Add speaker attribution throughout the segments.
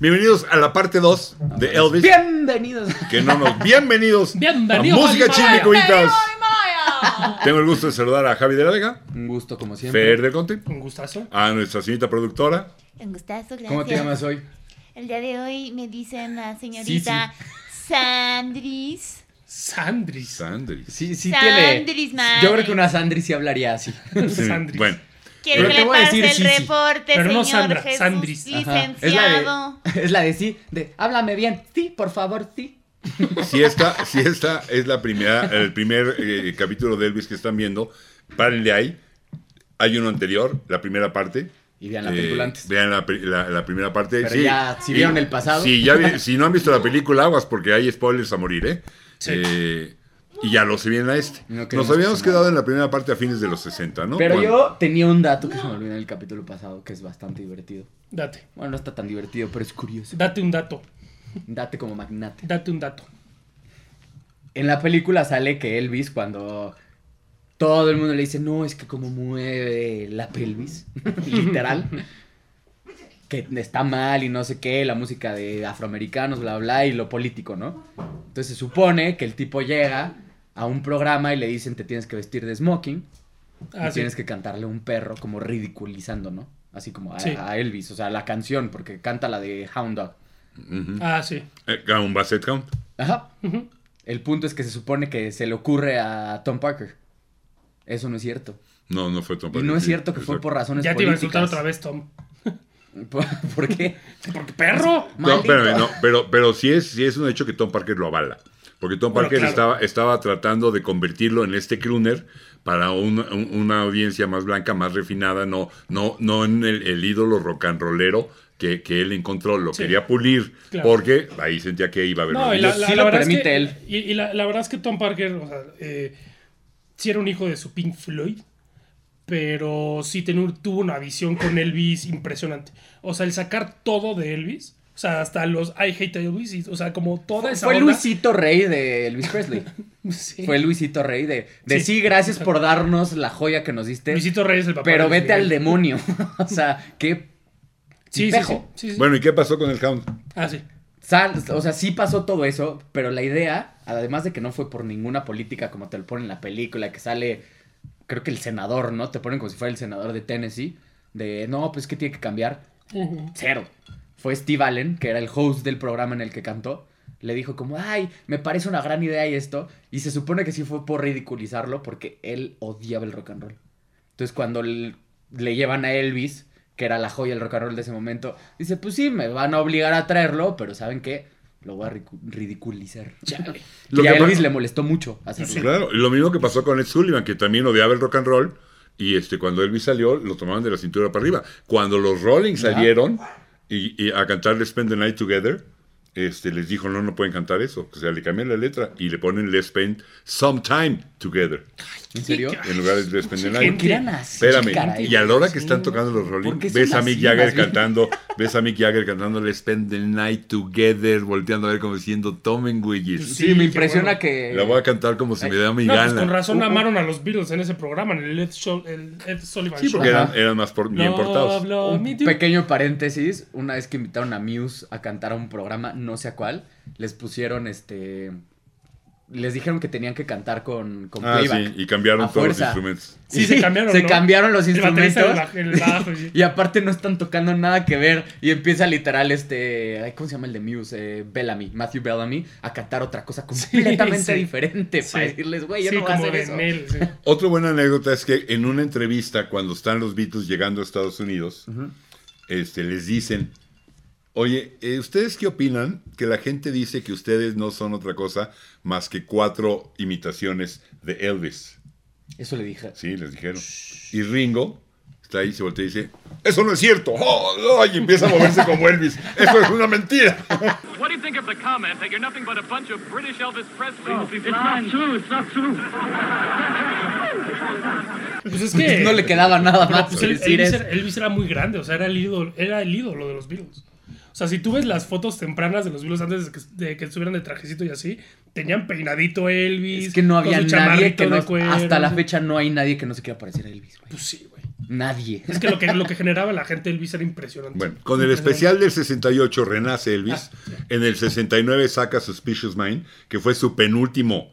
Speaker 1: Bienvenidos a la parte 2 de Elvis.
Speaker 2: Bienvenidos.
Speaker 1: Que no nos. Bienvenidos.
Speaker 3: Bienvenidos
Speaker 1: A música
Speaker 3: al
Speaker 1: chile,
Speaker 3: Himalaya.
Speaker 1: cubitas. Tengo el gusto de saludar a Javi de la Vega,
Speaker 2: Un gusto, como siempre.
Speaker 1: Fer del Conte,
Speaker 3: Un gustazo.
Speaker 1: a nuestra señorita productora.
Speaker 4: Un gustazo, gracias.
Speaker 2: ¿Cómo te llamas hoy?
Speaker 4: El día de hoy me dicen la señorita Sandris.
Speaker 3: Sandris.
Speaker 1: Sandris.
Speaker 2: Sí, sí
Speaker 4: Sandris,
Speaker 2: tiene.
Speaker 4: madre.
Speaker 2: Yo creo que una Sandri sí hablaría así.
Speaker 1: Sí,
Speaker 3: Sandris.
Speaker 1: Bueno,
Speaker 4: Quiero
Speaker 2: Pero
Speaker 4: que
Speaker 2: te
Speaker 4: le
Speaker 2: voy a
Speaker 4: pase
Speaker 2: decir
Speaker 4: el
Speaker 2: sí, sí.
Speaker 4: reporte,
Speaker 3: Pero no
Speaker 4: señor
Speaker 3: Sandra,
Speaker 4: Jesús,
Speaker 3: Sandris.
Speaker 2: Ajá.
Speaker 4: licenciado.
Speaker 2: Es la de, es la de sí, de háblame bien. Sí, por favor, sí.
Speaker 1: si esta, si esta es la primera, el primer eh, capítulo de Elvis que están viendo, párenle ahí. Hay uno anterior, la primera parte.
Speaker 2: Y vean la
Speaker 1: Eh,
Speaker 2: película antes.
Speaker 1: Vean la, pe- la- la primera parte.
Speaker 2: Pero
Speaker 1: sí.
Speaker 2: ya, si vieron
Speaker 1: Y-
Speaker 2: el pasado.
Speaker 1: sí, ya vi- si no han visto la película, aguas, porque hay spoilers a morir, ¿eh?
Speaker 3: Sí.
Speaker 1: Eh, y ya lo se viene a este.
Speaker 2: No queremos
Speaker 1: Nos habíamos
Speaker 2: que se
Speaker 1: quedado en la primera parte a fines de los 60, ¿no?
Speaker 2: Pero
Speaker 1: Cuando-
Speaker 2: yo tenía un dato que se me olvidó en el capítulo pasado que es bastante divertido.
Speaker 3: Date.
Speaker 2: Bueno, no está tan divertido, pero es curioso.
Speaker 3: Date un dato.
Speaker 2: Date como magnate.
Speaker 3: Date un dato.
Speaker 2: En la película sale que Elvis, cuando todo el mundo le dice, no, es que como mueve la pelvis, literal, que está mal y no sé qué, la música de afroamericanos, bla, bla, y lo político, ¿no? Entonces se supone que el tipo llega a un programa y le dicen, te tienes que vestir de smoking y
Speaker 3: Ah, sí.
Speaker 2: tienes que cantarle a un perro, como ridiculizando, ¿no? Así como a,
Speaker 3: Sí.
Speaker 2: a Elvis, o sea, la canción, porque canta la de Hound Dog.
Speaker 1: Ujú.
Speaker 3: Ah, sí.
Speaker 1: Eh, a un Basset Count.
Speaker 2: Ajá.
Speaker 3: Ujú.
Speaker 2: El punto es que se supone que se le ocurre a Tom Parker. Eso no es cierto.
Speaker 1: No, no fue Tom
Speaker 2: Y
Speaker 1: Parker,
Speaker 2: no es
Speaker 1: sí,
Speaker 2: cierto que fue
Speaker 1: exacto.
Speaker 2: por razones
Speaker 3: Ya te iba a
Speaker 2: políticas.
Speaker 3: insultar otra vez, Tom.
Speaker 2: ¿Por, por qué?
Speaker 3: Porque perro.
Speaker 1: No,
Speaker 2: Maldito.
Speaker 1: espérame, no, pero, pero sí, es, sí es un hecho que Tom Parker lo avala. Porque Tom
Speaker 3: Bueno,
Speaker 1: Parker
Speaker 3: claro.
Speaker 1: estaba, estaba tratando de convertirlo en este crooner para un- un- una audiencia más blanca, más refinada, no, no, no en el, el ídolo rock and rollero que, que él encontró. Lo
Speaker 3: Sí.
Speaker 1: quería pulir
Speaker 3: Claro.
Speaker 1: porque ahí sentía que iba a haber.
Speaker 3: No, y
Speaker 1: una-
Speaker 3: la,
Speaker 2: Sí
Speaker 3: la-
Speaker 2: lo
Speaker 3: la verdad es
Speaker 2: permite
Speaker 3: que,
Speaker 2: él.
Speaker 3: Y, y la, la verdad es que Tom Parker, o sea, eh, sí era un hijo de su Pink Floyd, pero sí tenu- tuvo una visión con Elvis impresionante. O sea, el sacar todo de Elvis, o sea, hasta los I Hate Elvis, y- o sea, como toda esa
Speaker 2: Fue
Speaker 3: onda-
Speaker 2: Luisito Rey de Elvis Presley.
Speaker 3: Sí.
Speaker 2: Fue Luisito Rey de, de
Speaker 3: Sí.
Speaker 2: sí. gracias por darnos la joya que nos diste.
Speaker 3: Luisito Reyes, el papá.
Speaker 2: pero
Speaker 3: de Luis
Speaker 2: vete al
Speaker 3: Miguel.
Speaker 2: demonio. o sea, qué
Speaker 3: Sí, sí, sí,
Speaker 2: pejo.
Speaker 3: sí, sí.
Speaker 1: Bueno, ¿y qué pasó con el Hound?
Speaker 3: Ah, sí.
Speaker 2: Sal- o sea, sí pasó todo eso, pero la idea, además de que no fue por ninguna política como te lo ponen en la película, que sale, creo que el senador, ¿no? Te ponen como si fuera el senador de Tennessee, de, no, pues que tiene que cambiar.
Speaker 3: Ujú.
Speaker 2: Cero. Fue Steve Allen, que era el host del programa en el que cantó, le dijo como, ay, me parece una gran idea y esto, y se supone que sí fue por ridiculizarlo porque él odiaba el rock and roll. Entonces cuando l- le llevan a Elvis, que era la joya del rock and roll de ese momento, dice, pues sí, me van a obligar a traerlo, pero ¿saben qué? Lo voy a ricu- ridiculizar.
Speaker 3: Chale.
Speaker 2: Y
Speaker 1: Lo que
Speaker 2: a
Speaker 1: pa-
Speaker 2: Elvis le molestó mucho hacerlo.
Speaker 1: Claro, y lo mismo que pasó con Ed Sullivan, que también odiaba el rock and roll. Y este, cuando Elvis salió, lo tomaban de la cintura para arriba. Cuando los Rolling
Speaker 2: Ajá.
Speaker 1: salieron y, y a cantar Spend the Night Together, este, les dijo, no, no pueden cantar eso. O sea, le cambian la letra y le ponen Let's Spend Some Time Together.
Speaker 2: ¿En serio?
Speaker 1: En lugar de Let's Spend the
Speaker 2: ¿Por
Speaker 1: Night.
Speaker 2: qué eran así?
Speaker 1: Espérame,
Speaker 2: caray?
Speaker 1: y a la hora que están tocando los Rolling,
Speaker 2: ¿Por qué son
Speaker 1: ves a
Speaker 2: así,
Speaker 1: Mick Jagger
Speaker 2: más bien?
Speaker 1: cantando, ves a Mick Jagger cantando Let's Spend the Night Together, volteando a ver como diciendo, tomen güeyes.
Speaker 2: Sí,
Speaker 3: Sí,
Speaker 2: me
Speaker 3: qué
Speaker 2: impresiona
Speaker 3: bueno.
Speaker 2: que...
Speaker 1: La voy a cantar como si me da mi
Speaker 3: No, pues
Speaker 1: gana. Uh,
Speaker 3: con razón amaron a los Beatles en ese programa, en el Ed, Shul- el Ed Sullivan
Speaker 1: Sí,
Speaker 3: Show.
Speaker 1: porque eran,
Speaker 2: Ajá.
Speaker 1: eran más por, bien
Speaker 3: Love,
Speaker 1: portados.
Speaker 3: love Oh, me
Speaker 2: Un
Speaker 3: do.
Speaker 2: pequeño paréntesis, una vez que invitaron a Muse a cantar a un programa, no sé a cuál, les pusieron este... Les dijeron que tenían que cantar con, con
Speaker 1: Ah,
Speaker 2: playback.
Speaker 1: sí, y cambiaron
Speaker 2: A
Speaker 1: todos los
Speaker 2: fuerza.
Speaker 1: instrumentos.
Speaker 3: Sí, se cambiaron,
Speaker 2: Se
Speaker 3: ¿no?
Speaker 2: cambiaron los
Speaker 3: El baterista,
Speaker 2: instrumentos.
Speaker 3: el ba- el bajo, sí.
Speaker 2: Y aparte no están tocando nada que ver. Y empieza literal este... ay, ¿Cómo se llama el de Muse? Eh, Bellamy, Matthew Bellamy, a cantar otra cosa completamente
Speaker 3: sí.
Speaker 2: diferente.
Speaker 3: Sí.
Speaker 2: Para decirles, güey, yo
Speaker 3: Sí,
Speaker 2: no voy a
Speaker 3: como
Speaker 2: hacer
Speaker 3: de
Speaker 2: eso.
Speaker 3: Nel, sí.
Speaker 1: Otra buena anécdota es que en una entrevista, cuando están los Beatles llegando a Estados Unidos,
Speaker 2: Ujú.
Speaker 1: este, les dicen, oye, eh, ¿ustedes qué opinan? Que la gente dice que ustedes no son otra cosa más que cuatro imitaciones de Elvis.
Speaker 2: Eso le dije.
Speaker 1: Sí, les dijeron. Y Ringo está ahí, se voltea y dice, eso no es cierto. ¡Oh, oh", y empieza a moverse como Elvis. Eso es una mentira.
Speaker 5: What do you think of the comment that you're nothing but a bunch of British Elvis Presley?
Speaker 3: Pues es que.
Speaker 2: No le quedaba nada
Speaker 3: Pero,
Speaker 2: más
Speaker 3: pues,
Speaker 2: que
Speaker 3: el-
Speaker 2: decir
Speaker 3: Elvis,
Speaker 2: eso.
Speaker 3: era, Elvis era muy grande, o sea, era el ídolo, era el ídolo de los Beatles. O sea, si tú ves las fotos tempranas de los Beatles antes de que, de que estuvieran de trajecito y así, tenían peinadito Elvis.
Speaker 2: Es que no
Speaker 3: con
Speaker 2: había
Speaker 3: su
Speaker 2: nadie
Speaker 3: chamarrito
Speaker 2: que
Speaker 3: de
Speaker 2: no.
Speaker 3: cuero,
Speaker 2: hasta la
Speaker 3: sí.
Speaker 2: fecha no hay nadie que no se quiera parecer a Elvis, güey.
Speaker 3: Pues sí, güey.
Speaker 2: Nadie.
Speaker 3: Es que lo que, lo que generaba la gente Elvis era impresionante.
Speaker 1: Bueno, con el especial del 68 renace Elvis.
Speaker 3: Ah,
Speaker 1: En el 69 saca Suspicious Mind, que fue su penúltimo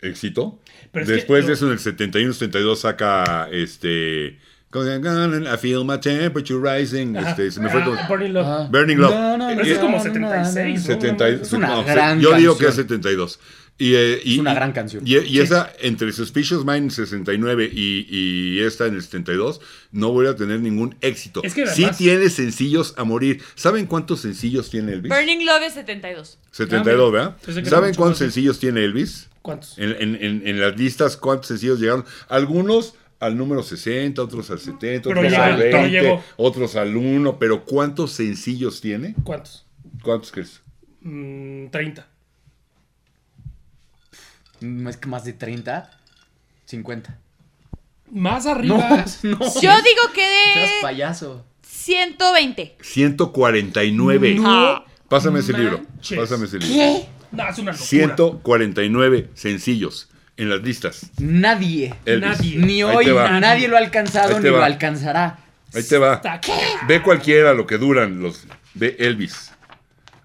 Speaker 1: éxito.
Speaker 3: Pero es que
Speaker 1: Después
Speaker 3: lo-
Speaker 1: de eso, en el 71, 72 saca este. ¿cómo se llama? I feel my temperature rising.
Speaker 3: Ajá.
Speaker 1: Este, se me fue todo.
Speaker 3: Ah, Burning Love.
Speaker 2: Ah.
Speaker 1: Burning Love.
Speaker 3: Pero eso es como
Speaker 2: no, no,
Speaker 3: 76,
Speaker 2: no, no.
Speaker 3: ¿no?
Speaker 1: 70 y-
Speaker 3: Es
Speaker 2: una
Speaker 1: no,
Speaker 2: gran
Speaker 1: Yo digo
Speaker 2: canción.
Speaker 1: que es 72. Y, eh, y-
Speaker 2: Es una
Speaker 1: y-
Speaker 2: gran canción.
Speaker 1: Y, y esa, entre Suspicious Mind en 69 y, y esta en el 72, no voy a tener ningún éxito.
Speaker 3: Es que
Speaker 1: sí
Speaker 3: además-
Speaker 1: tiene sencillos a morir. ¿Saben cuántos sencillos tiene Elvis?
Speaker 6: Burning Love es 72.
Speaker 1: 72, ¿verdad?
Speaker 3: Pensé que era
Speaker 1: ¿Saben
Speaker 3: mucho
Speaker 1: cuántos
Speaker 3: más.
Speaker 1: sencillos tiene Elvis?
Speaker 3: ¿Cuántos?
Speaker 1: En, en- en- en las listas, ¿cuántos sencillos llegaron? Algunos al número 60, otros al 70,
Speaker 3: Pero
Speaker 1: otros al
Speaker 3: llegó, pero
Speaker 1: 20,
Speaker 3: llegó.
Speaker 1: otros al 1, pero ¿cuántos sencillos tiene?
Speaker 3: ¿Cuántos?
Speaker 1: ¿Cuántos crees?
Speaker 3: Mm, 30.
Speaker 2: Mm, Es que más de 30, 50.
Speaker 3: Más
Speaker 2: No,
Speaker 3: arriba.
Speaker 2: no.
Speaker 6: Yo digo que
Speaker 2: Seas
Speaker 6: de
Speaker 2: payaso.
Speaker 6: 120.
Speaker 1: 149.
Speaker 6: No
Speaker 1: Pásame ese libro.
Speaker 3: manches.
Speaker 1: Pásame ese libro.
Speaker 3: No, es una locura.
Speaker 1: 149 sencillos en las listas.
Speaker 2: Nadie.
Speaker 1: Elvis.
Speaker 3: Nadie.
Speaker 2: Ni
Speaker 1: Ahí
Speaker 2: hoy
Speaker 1: te va.
Speaker 2: nadie lo ha alcanzado
Speaker 1: Ahí te
Speaker 2: ni lo
Speaker 1: va.
Speaker 2: alcanzará.
Speaker 1: Ahí te va.
Speaker 3: Está-
Speaker 1: Ve cualquiera lo que duran los de Elvis.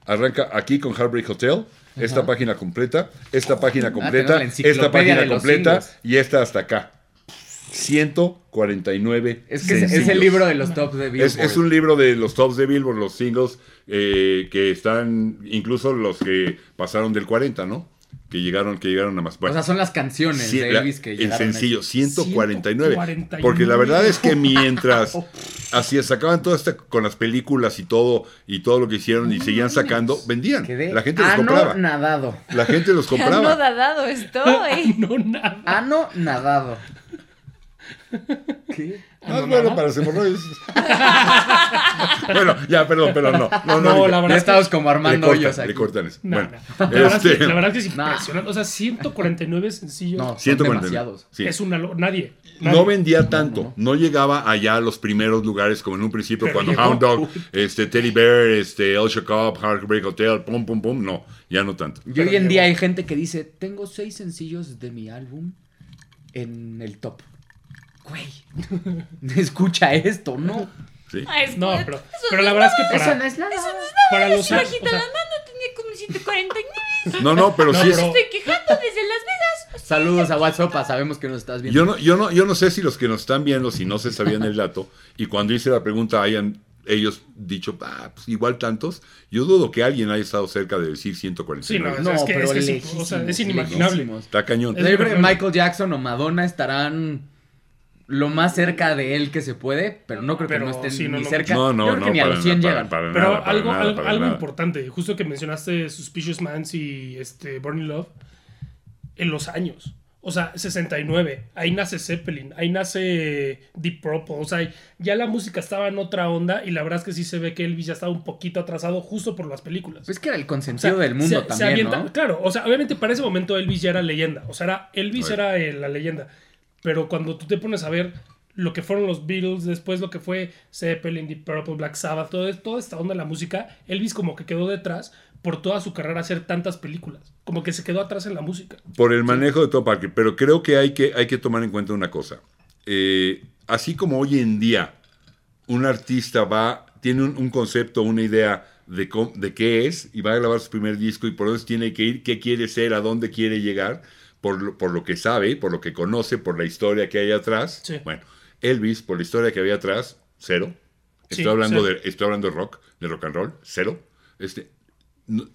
Speaker 1: Arranca aquí con Heartbreak Hotel. Esta página completa, esta página
Speaker 2: tenemos
Speaker 1: completa,
Speaker 2: Ah, la
Speaker 1: esta
Speaker 2: enciclopedia de
Speaker 1: página
Speaker 2: los
Speaker 1: completa
Speaker 2: singles.
Speaker 1: y esta hasta acá. 149
Speaker 2: Es que es, es el
Speaker 1: sencillos.
Speaker 2: libro de los tops de
Speaker 1: Es,
Speaker 2: Billboard.
Speaker 1: es un libro de los tops de Billboard, los singles eh, que están, incluso los que pasaron del 40, ¿no? Que llegaron, que llegaron a más.
Speaker 2: O sea, son las canciones
Speaker 1: Sí,
Speaker 2: de
Speaker 1: la-
Speaker 2: Elvis que
Speaker 1: El
Speaker 2: llegaron a-
Speaker 1: sencillo, 149.
Speaker 3: 149.
Speaker 1: Porque la verdad es que mientras
Speaker 2: Oh.
Speaker 1: así es, sacaban todo esto con las películas y todo, y todo lo que hicieron y seguían sacando, vendían.
Speaker 2: Quedé Ah,
Speaker 1: La gente los
Speaker 2: ano
Speaker 1: compraba.
Speaker 2: nadado.
Speaker 1: La gente los
Speaker 6: No
Speaker 1: compraba.
Speaker 6: dadado estoy.
Speaker 3: No, nada.
Speaker 2: Ano nadado. ¿Qué?
Speaker 1: No es bueno para los hemorroides. bueno, ya, perdón, pero no. No, no,
Speaker 3: No,
Speaker 1: dije,
Speaker 3: la verdad
Speaker 2: Ya
Speaker 3: es que-
Speaker 2: estamos como
Speaker 1: le
Speaker 2: armando hoyos
Speaker 1: cortan,
Speaker 2: aquí.
Speaker 1: le cortan eso.
Speaker 3: No,
Speaker 1: Bueno,
Speaker 3: no. La, verdad es
Speaker 1: este-
Speaker 3: que, la verdad es que es
Speaker 2: Nah.
Speaker 3: impresionante. O sea, 149 sencillos.
Speaker 2: No, son
Speaker 1: 149.
Speaker 2: demasiados.
Speaker 1: Sí.
Speaker 3: Es una. lo- Nadie. nadie.
Speaker 1: No vendía tanto, no, llegaba allá a los primeros lugares como en un principio
Speaker 3: Pero
Speaker 1: cuando
Speaker 3: llegó.
Speaker 1: Hound Dog, este, Teddy Bear, este, El Shacop, Heartbreak Hotel, pum, pum, pum, no, ya no tanto.
Speaker 2: Y hoy en día hay gente que dice, tengo seis sencillos de mi álbum en el top. Güey, escucha esto, ¿no?
Speaker 1: Sí.
Speaker 6: Ah, es-
Speaker 3: No, pero,
Speaker 6: eso
Speaker 3: pero la
Speaker 6: no
Speaker 3: verdad es que
Speaker 2: Eso
Speaker 3: para,
Speaker 2: no es nada.
Speaker 3: para los.
Speaker 6: es
Speaker 3: o
Speaker 6: bajita
Speaker 3: sea,
Speaker 6: la mano, tenía como 149.
Speaker 1: No, no, pero
Speaker 3: No,
Speaker 1: sí es,
Speaker 3: pero-
Speaker 6: Estoy quejando desde Las Vegas.
Speaker 2: Saludos a WhatsApp, sabemos que nos estás viendo.
Speaker 1: yo no, yo no, yo no sé si los que nos están viendo, si no se sabían el dato, y cuando hice la pregunta hayan ellos dicho, ah, pues igual tantos, yo dudo que alguien haya estado cerca de decir
Speaker 3: sí, no,
Speaker 1: 149.
Speaker 3: es,
Speaker 2: No,
Speaker 3: es que,
Speaker 2: pero
Speaker 3: es, que es-
Speaker 2: lejísimos,
Speaker 3: o sea, es inimaginable.
Speaker 2: lejísimos.
Speaker 1: Está cañón.
Speaker 3: Es-
Speaker 2: Yo creo que Michael Jackson o Madonna estarán lo más cerca de él que se puede, pero no creo que
Speaker 3: Pero
Speaker 2: no estén
Speaker 3: sí, no,
Speaker 2: ni
Speaker 3: no.
Speaker 2: cerca.
Speaker 1: No,
Speaker 2: Yo
Speaker 1: no,
Speaker 2: creo
Speaker 1: no,
Speaker 2: que ni a
Speaker 1: para,
Speaker 2: los 100
Speaker 1: na- para-
Speaker 2: llegan.
Speaker 1: para
Speaker 3: Pero
Speaker 1: nada, para
Speaker 3: algo,
Speaker 1: nada,
Speaker 3: algo,
Speaker 1: para
Speaker 3: algo
Speaker 1: nada.
Speaker 3: importante, justo que mencionaste Suspicious Mans y este, Burning Love, en los años. O sea, 69, ahí nace Zeppelin, ahí nace Deep Purple, o sea, ya la música estaba en otra onda y la verdad es que sí se ve que Elvis ya estaba un poquito atrasado justo por las películas.
Speaker 2: Pues que era el
Speaker 3: O sea,
Speaker 2: consentido del mundo
Speaker 3: se- se
Speaker 2: también,
Speaker 3: avienta-
Speaker 2: ¿no?
Speaker 3: Claro, o sea, obviamente para ese momento Elvis ya era leyenda. O sea, era- Elvis
Speaker 1: Right.
Speaker 3: era eh, la leyenda. Pero cuando tú te pones a ver lo que fueron los Beatles, después lo que fue Zeppelin, Deep Purple, Black Sabbath, todo, toda esta onda de la música, Elvis como que quedó detrás por toda su carrera hacer tantas películas. Como que se quedó atrás en la música.
Speaker 1: Por el manejo de todo Parker, pero creo que hay que, hay que tomar en cuenta una cosa. Eh, así como hoy en día un artista va, tiene un, un concepto, una idea de, cómo- de qué es y va a grabar su primer disco y por eso tiene que ir, qué quiere ser, a dónde quiere llegar, por lo, por lo que sabe, por lo que conoce, por la historia que hay atrás.
Speaker 3: Sí.
Speaker 1: Bueno, Elvis, por la historia que había atrás, cero. Estoy,
Speaker 3: Sí,
Speaker 1: hablando,
Speaker 3: cero.
Speaker 1: De, estoy hablando de rock, de rock and roll, cero. Este, no-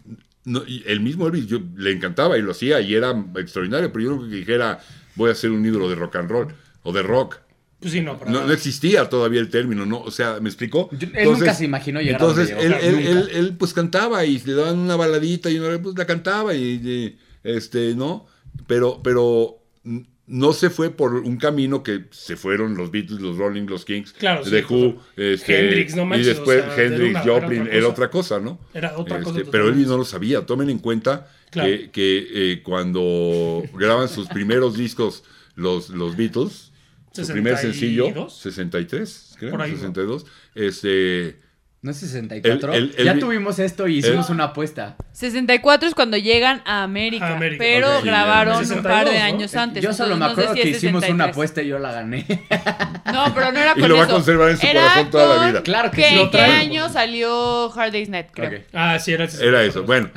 Speaker 1: no, y el mismo Elvis yo, le encantaba y lo hacía y era extraordinario, pero yo no creo que dijera voy a ser un ídolo de rock and roll o de rock.
Speaker 3: Pues sí, no, para
Speaker 1: No,
Speaker 3: nada.
Speaker 1: no existía todavía el término, ¿no? O sea, ¿me explicó?
Speaker 2: Yo- él nunca se imaginó llegar a donde
Speaker 1: Entonces,
Speaker 2: llegó,
Speaker 1: él,
Speaker 2: claro,
Speaker 1: él-
Speaker 2: nunca.
Speaker 1: él, él, pues cantaba y le daban una baladita y una, pues, la cantaba y, y, este, ¿no? Pero, pero mm, no se fue por un camino que se fueron los Beatles, los Rolling, los Kings,
Speaker 3: Claro, sí,
Speaker 1: The Who,
Speaker 3: claro.
Speaker 1: este,
Speaker 3: Hendrix, no manches,
Speaker 1: y después
Speaker 3: o sea, era
Speaker 1: Hendrix,
Speaker 3: una- era
Speaker 1: Joplin,
Speaker 3: otra
Speaker 1: era
Speaker 3: cosa.
Speaker 1: otra cosa, ¿no?
Speaker 3: Era otra cosa
Speaker 1: Este,
Speaker 3: totalmente.
Speaker 1: pero Elvis no lo sabía. Tomen en cuenta
Speaker 3: Claro.
Speaker 1: que, que, eh, cuando graban sus primeros discos los, los Beatles, su primer
Speaker 3: 62.
Speaker 1: sencillo, 63, creo,
Speaker 3: Por ahí, ¿no?
Speaker 1: 62, este,
Speaker 2: ¿No es 64?
Speaker 1: El- el- el-
Speaker 2: ya tuvimos esto y hicimos
Speaker 1: el-
Speaker 2: una apuesta.
Speaker 7: 64 es cuando llegan a América,
Speaker 3: A América.
Speaker 7: pero
Speaker 1: Ok,
Speaker 7: grabaron
Speaker 3: ya.
Speaker 7: un par de
Speaker 3: 62, ¿no?
Speaker 7: años antes.
Speaker 2: Yo solo me
Speaker 7: entonces
Speaker 2: acuerdo
Speaker 7: no sé
Speaker 2: que
Speaker 7: si es
Speaker 2: hicimos una
Speaker 7: 63.
Speaker 2: apuesta y yo la gané.
Speaker 7: No, pero no era
Speaker 1: Y
Speaker 7: con
Speaker 1: lo va a
Speaker 7: eso.
Speaker 1: conservar en su
Speaker 7: Era
Speaker 1: corazón toda la
Speaker 7: con-
Speaker 1: vida.
Speaker 2: Claro que
Speaker 7: ¿Qué-
Speaker 2: sí.
Speaker 3: lo
Speaker 7: ¿En qué
Speaker 3: traigo.
Speaker 7: año salió Hard Day's Night? Creo.
Speaker 2: Ok.
Speaker 3: Ah, sí, era el 64.
Speaker 1: Era eso. Bueno,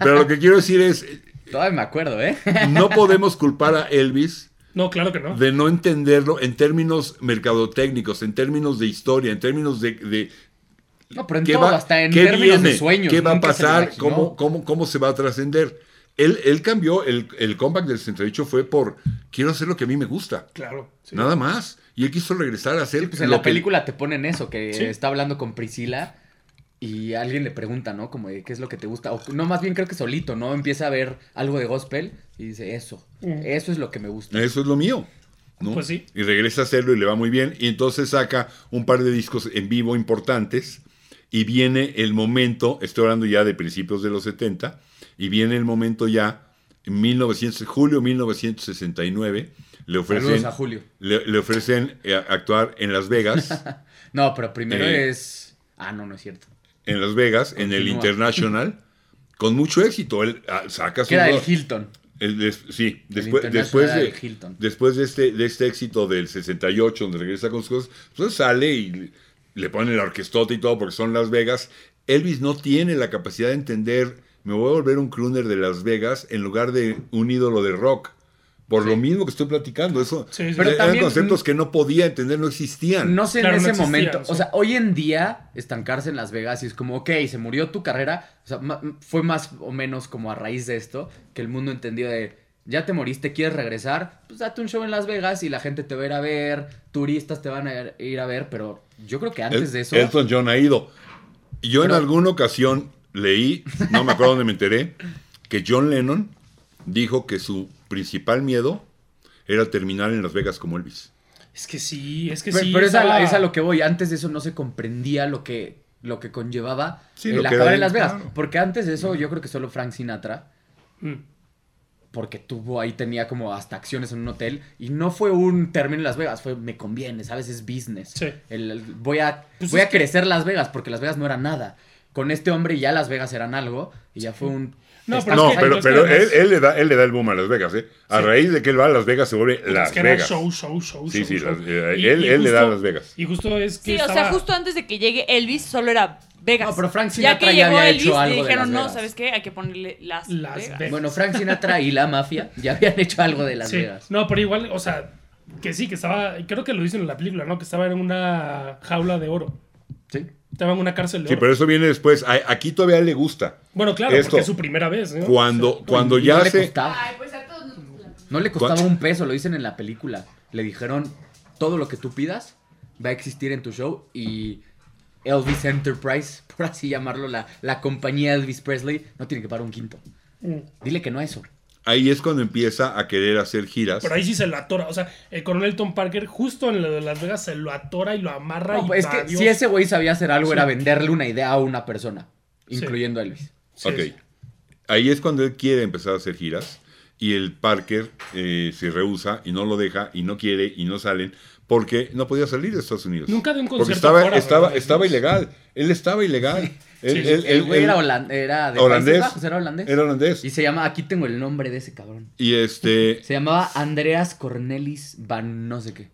Speaker 1: pero lo que quiero decir es,
Speaker 2: Todavía me acuerdo, ¿eh?
Speaker 1: no podemos culpar a Elvis
Speaker 3: No, claro que no.
Speaker 1: de no entenderlo en términos mercadotécnicos, en términos de historia, en términos de, de
Speaker 2: No, pero en
Speaker 1: qué
Speaker 2: todo,
Speaker 1: va,
Speaker 2: hasta en
Speaker 1: qué
Speaker 2: términos
Speaker 1: viene,
Speaker 2: de sueños.
Speaker 1: qué va a
Speaker 2: nunca se lo
Speaker 1: pasar,
Speaker 2: imaginó.
Speaker 1: cómo, cómo, cómo se va a trascender. Él, él cambió, el, el comeback del 68 fue por, quiero hacer lo que a mí me gusta,
Speaker 3: Claro. sí.
Speaker 1: nada más. Y él quiso regresar a hacer
Speaker 2: Sí, pues en
Speaker 1: lo
Speaker 2: la
Speaker 1: que-
Speaker 2: película te ponen eso, que
Speaker 3: Sí.
Speaker 2: está hablando con Priscila y alguien le pregunta, ¿no? Como de qué es lo que te gusta. O, no, más bien creo que solito, ¿no? Empieza a ver algo de gospel y dice, eso,
Speaker 3: Mm.
Speaker 2: eso es lo que me gusta.
Speaker 1: Eso es lo mío. ¿no?
Speaker 3: Pues sí.
Speaker 1: Y regresa a hacerlo y le va muy bien. Y entonces saca un par de discos en vivo importantes. Y viene el momento, estoy hablando ya de principios de los 70, y viene el momento ya, en 1900, julio 1969, le ofrecen,
Speaker 2: Saludos a Julio.
Speaker 1: le, le ofrecen eh, actuar en Las Vegas,
Speaker 2: No, pero primero
Speaker 1: Eh.
Speaker 2: es... Ah, no, no es cierto.
Speaker 1: en Las Vegas, en el
Speaker 2: Continúa.
Speaker 1: International, con mucho éxito. Él ah, saca su...
Speaker 2: Que era el
Speaker 1: rock.
Speaker 2: Hilton.
Speaker 1: El des- sí, después,
Speaker 2: Internacional
Speaker 1: después,
Speaker 2: de
Speaker 1: de,
Speaker 2: Hilton.
Speaker 1: después de, este, de este éxito del 68, donde regresa con sus cosas, pues sale y le ponen la orquestota y todo porque son Las Vegas. Elvis no tiene la capacidad de entender, me voy a volver un crooner de Las Vegas en lugar de un ídolo de rock. Por lo mismo que estoy platicando, eso
Speaker 3: Sí, sí.
Speaker 2: Pero
Speaker 1: eran
Speaker 2: también-
Speaker 1: conceptos que no podía entender, no existían.
Speaker 2: No sé
Speaker 3: Claro,
Speaker 2: en
Speaker 3: no
Speaker 2: ese
Speaker 3: existía,
Speaker 2: momento.
Speaker 3: o sea.
Speaker 2: O sea, hoy en día estancarse en Las Vegas y es como, ok, se murió tu carrera. O sea, ma- fue más o menos como a raíz de esto que el mundo entendió de, ya te moriste, quieres regresar, pues date un show en Las Vegas y la gente te va a ir a ver, turistas te van a ir a ver, pero yo creo que antes
Speaker 1: El-
Speaker 2: de eso...
Speaker 1: Elton John ha ido. Yo
Speaker 2: Pero-
Speaker 1: en alguna ocasión leí, no me acuerdo dónde me enteré, que John Lennon dijo que su principal miedo era terminar en Las Vegas como Elvis.
Speaker 3: Es que sí, es que
Speaker 2: pero
Speaker 3: sí.
Speaker 2: pero es, a, la-
Speaker 3: estaba-
Speaker 2: es a lo que voy. Antes de eso no se comprendía lo que, lo que conllevaba
Speaker 1: Sí,
Speaker 2: el
Speaker 1: lo que
Speaker 2: acabar
Speaker 1: era
Speaker 2: en Las
Speaker 1: él,
Speaker 2: Vegas.
Speaker 1: claro.
Speaker 2: Porque antes de eso yo creo que solo Frank Sinatra...
Speaker 3: Mm.
Speaker 2: porque tuvo ahí, tenía como hasta acciones en un hotel y no fue un término en Las Vegas, fue me conviene, ¿sabes? Es business.
Speaker 3: Sí.
Speaker 2: El- el- voy a,
Speaker 3: Pues
Speaker 2: voy
Speaker 3: es
Speaker 2: a
Speaker 3: que-
Speaker 2: crecer Las Vegas porque Las Vegas no era nada. Con este hombre ya Las Vegas eran algo y ya fue un...
Speaker 3: No,
Speaker 2: Estás-
Speaker 3: Pero
Speaker 1: No,
Speaker 3: es que-
Speaker 1: pero,
Speaker 3: es que
Speaker 1: pero él,
Speaker 3: además-
Speaker 1: él le da, él le da el boom a Las Vegas. ¿eh? A
Speaker 3: Sí.
Speaker 1: raíz de que él va a Las Vegas se vuelve Las
Speaker 3: es que
Speaker 1: Vegas.
Speaker 3: era show, show, show.
Speaker 1: Sí,
Speaker 3: show,
Speaker 1: sí,
Speaker 3: show.
Speaker 1: las- eh, él- él le da Las Vegas.
Speaker 3: Y justo es que.
Speaker 7: Sí, o sea,
Speaker 3: estaba-
Speaker 7: justo antes de que llegue Elvis, solo era Vegas.
Speaker 2: No, pero Frank
Speaker 7: ya
Speaker 2: Sinatra
Speaker 7: que
Speaker 2: ya
Speaker 7: llegó
Speaker 2: había
Speaker 7: Elvis,
Speaker 2: hecho
Speaker 7: le
Speaker 2: algo de
Speaker 7: dijeron,
Speaker 2: Las
Speaker 7: no,
Speaker 2: Vegas".
Speaker 7: ¿sabes qué? Hay que ponerle Las,
Speaker 3: Las
Speaker 7: Vegas.
Speaker 3: Vegas.
Speaker 2: Bueno, Frank Sinatra y la mafia ya habían hecho algo de Las
Speaker 3: sí.
Speaker 2: Vegas.
Speaker 3: No, pero igual, o sea, que sí, que estaba. Creo que lo dicen en la película, ¿no? Que estaba en una jaula de oro.
Speaker 2: Sí.
Speaker 3: Estaba en una cárcel de
Speaker 1: Sí,
Speaker 3: oro.
Speaker 1: pero eso viene después. A- Aquí todavía le gusta.
Speaker 3: Bueno, claro,
Speaker 1: Esto.
Speaker 3: porque es su primera vez, ¿no?
Speaker 1: Cuando, cuando
Speaker 2: Y
Speaker 1: ya
Speaker 2: no le
Speaker 1: se...
Speaker 2: costaba,
Speaker 6: Ay, pues a todos nos la-
Speaker 2: no le costaba un peso, lo dicen en la película. Le dijeron, todo lo que tú pidas va a existir en tu show y... Elvis Enterprise, por así llamarlo, la, la compañía Elvis Presley, no tiene que pagar un quinto.
Speaker 3: Mm.
Speaker 2: Dile que no a eso.
Speaker 1: Ahí es cuando empieza a querer hacer giras.
Speaker 3: Pero ahí sí se lo atora. O sea, el coronel Tom Parker, justo en lo de Las Vegas, se lo atora y lo amarra.
Speaker 2: No,
Speaker 3: y
Speaker 2: pues, es que
Speaker 3: va, Dios.
Speaker 2: si ese güey sabía hacer algo
Speaker 3: Sí.
Speaker 2: era venderle una idea a una persona, incluyendo a Elvis.
Speaker 3: Sí,
Speaker 1: ok.
Speaker 3: sí.
Speaker 1: Ahí es cuando él quiere empezar a hacer giras y el Parker eh, se rehúsa y no lo deja y no quiere y no salen porque no podía salir de Estados Unidos.
Speaker 3: Nunca de un
Speaker 1: Porque
Speaker 3: concierto
Speaker 1: estaba,
Speaker 3: fuera,
Speaker 1: estaba,
Speaker 3: ¿verdad?
Speaker 1: estaba ilegal. Él estaba ilegal. Él-
Speaker 3: Sí, sí.
Speaker 1: él-
Speaker 2: El
Speaker 1: él-
Speaker 2: güey
Speaker 1: él-
Speaker 2: era, holan- era de
Speaker 1: holandés.
Speaker 2: Países Bajos, era holandés.
Speaker 1: Era holandés.
Speaker 2: Y se llama, aquí tengo el nombre de ese cabrón.
Speaker 1: Y este,
Speaker 2: Se llamaba Andreas Cornelis Van no sé qué.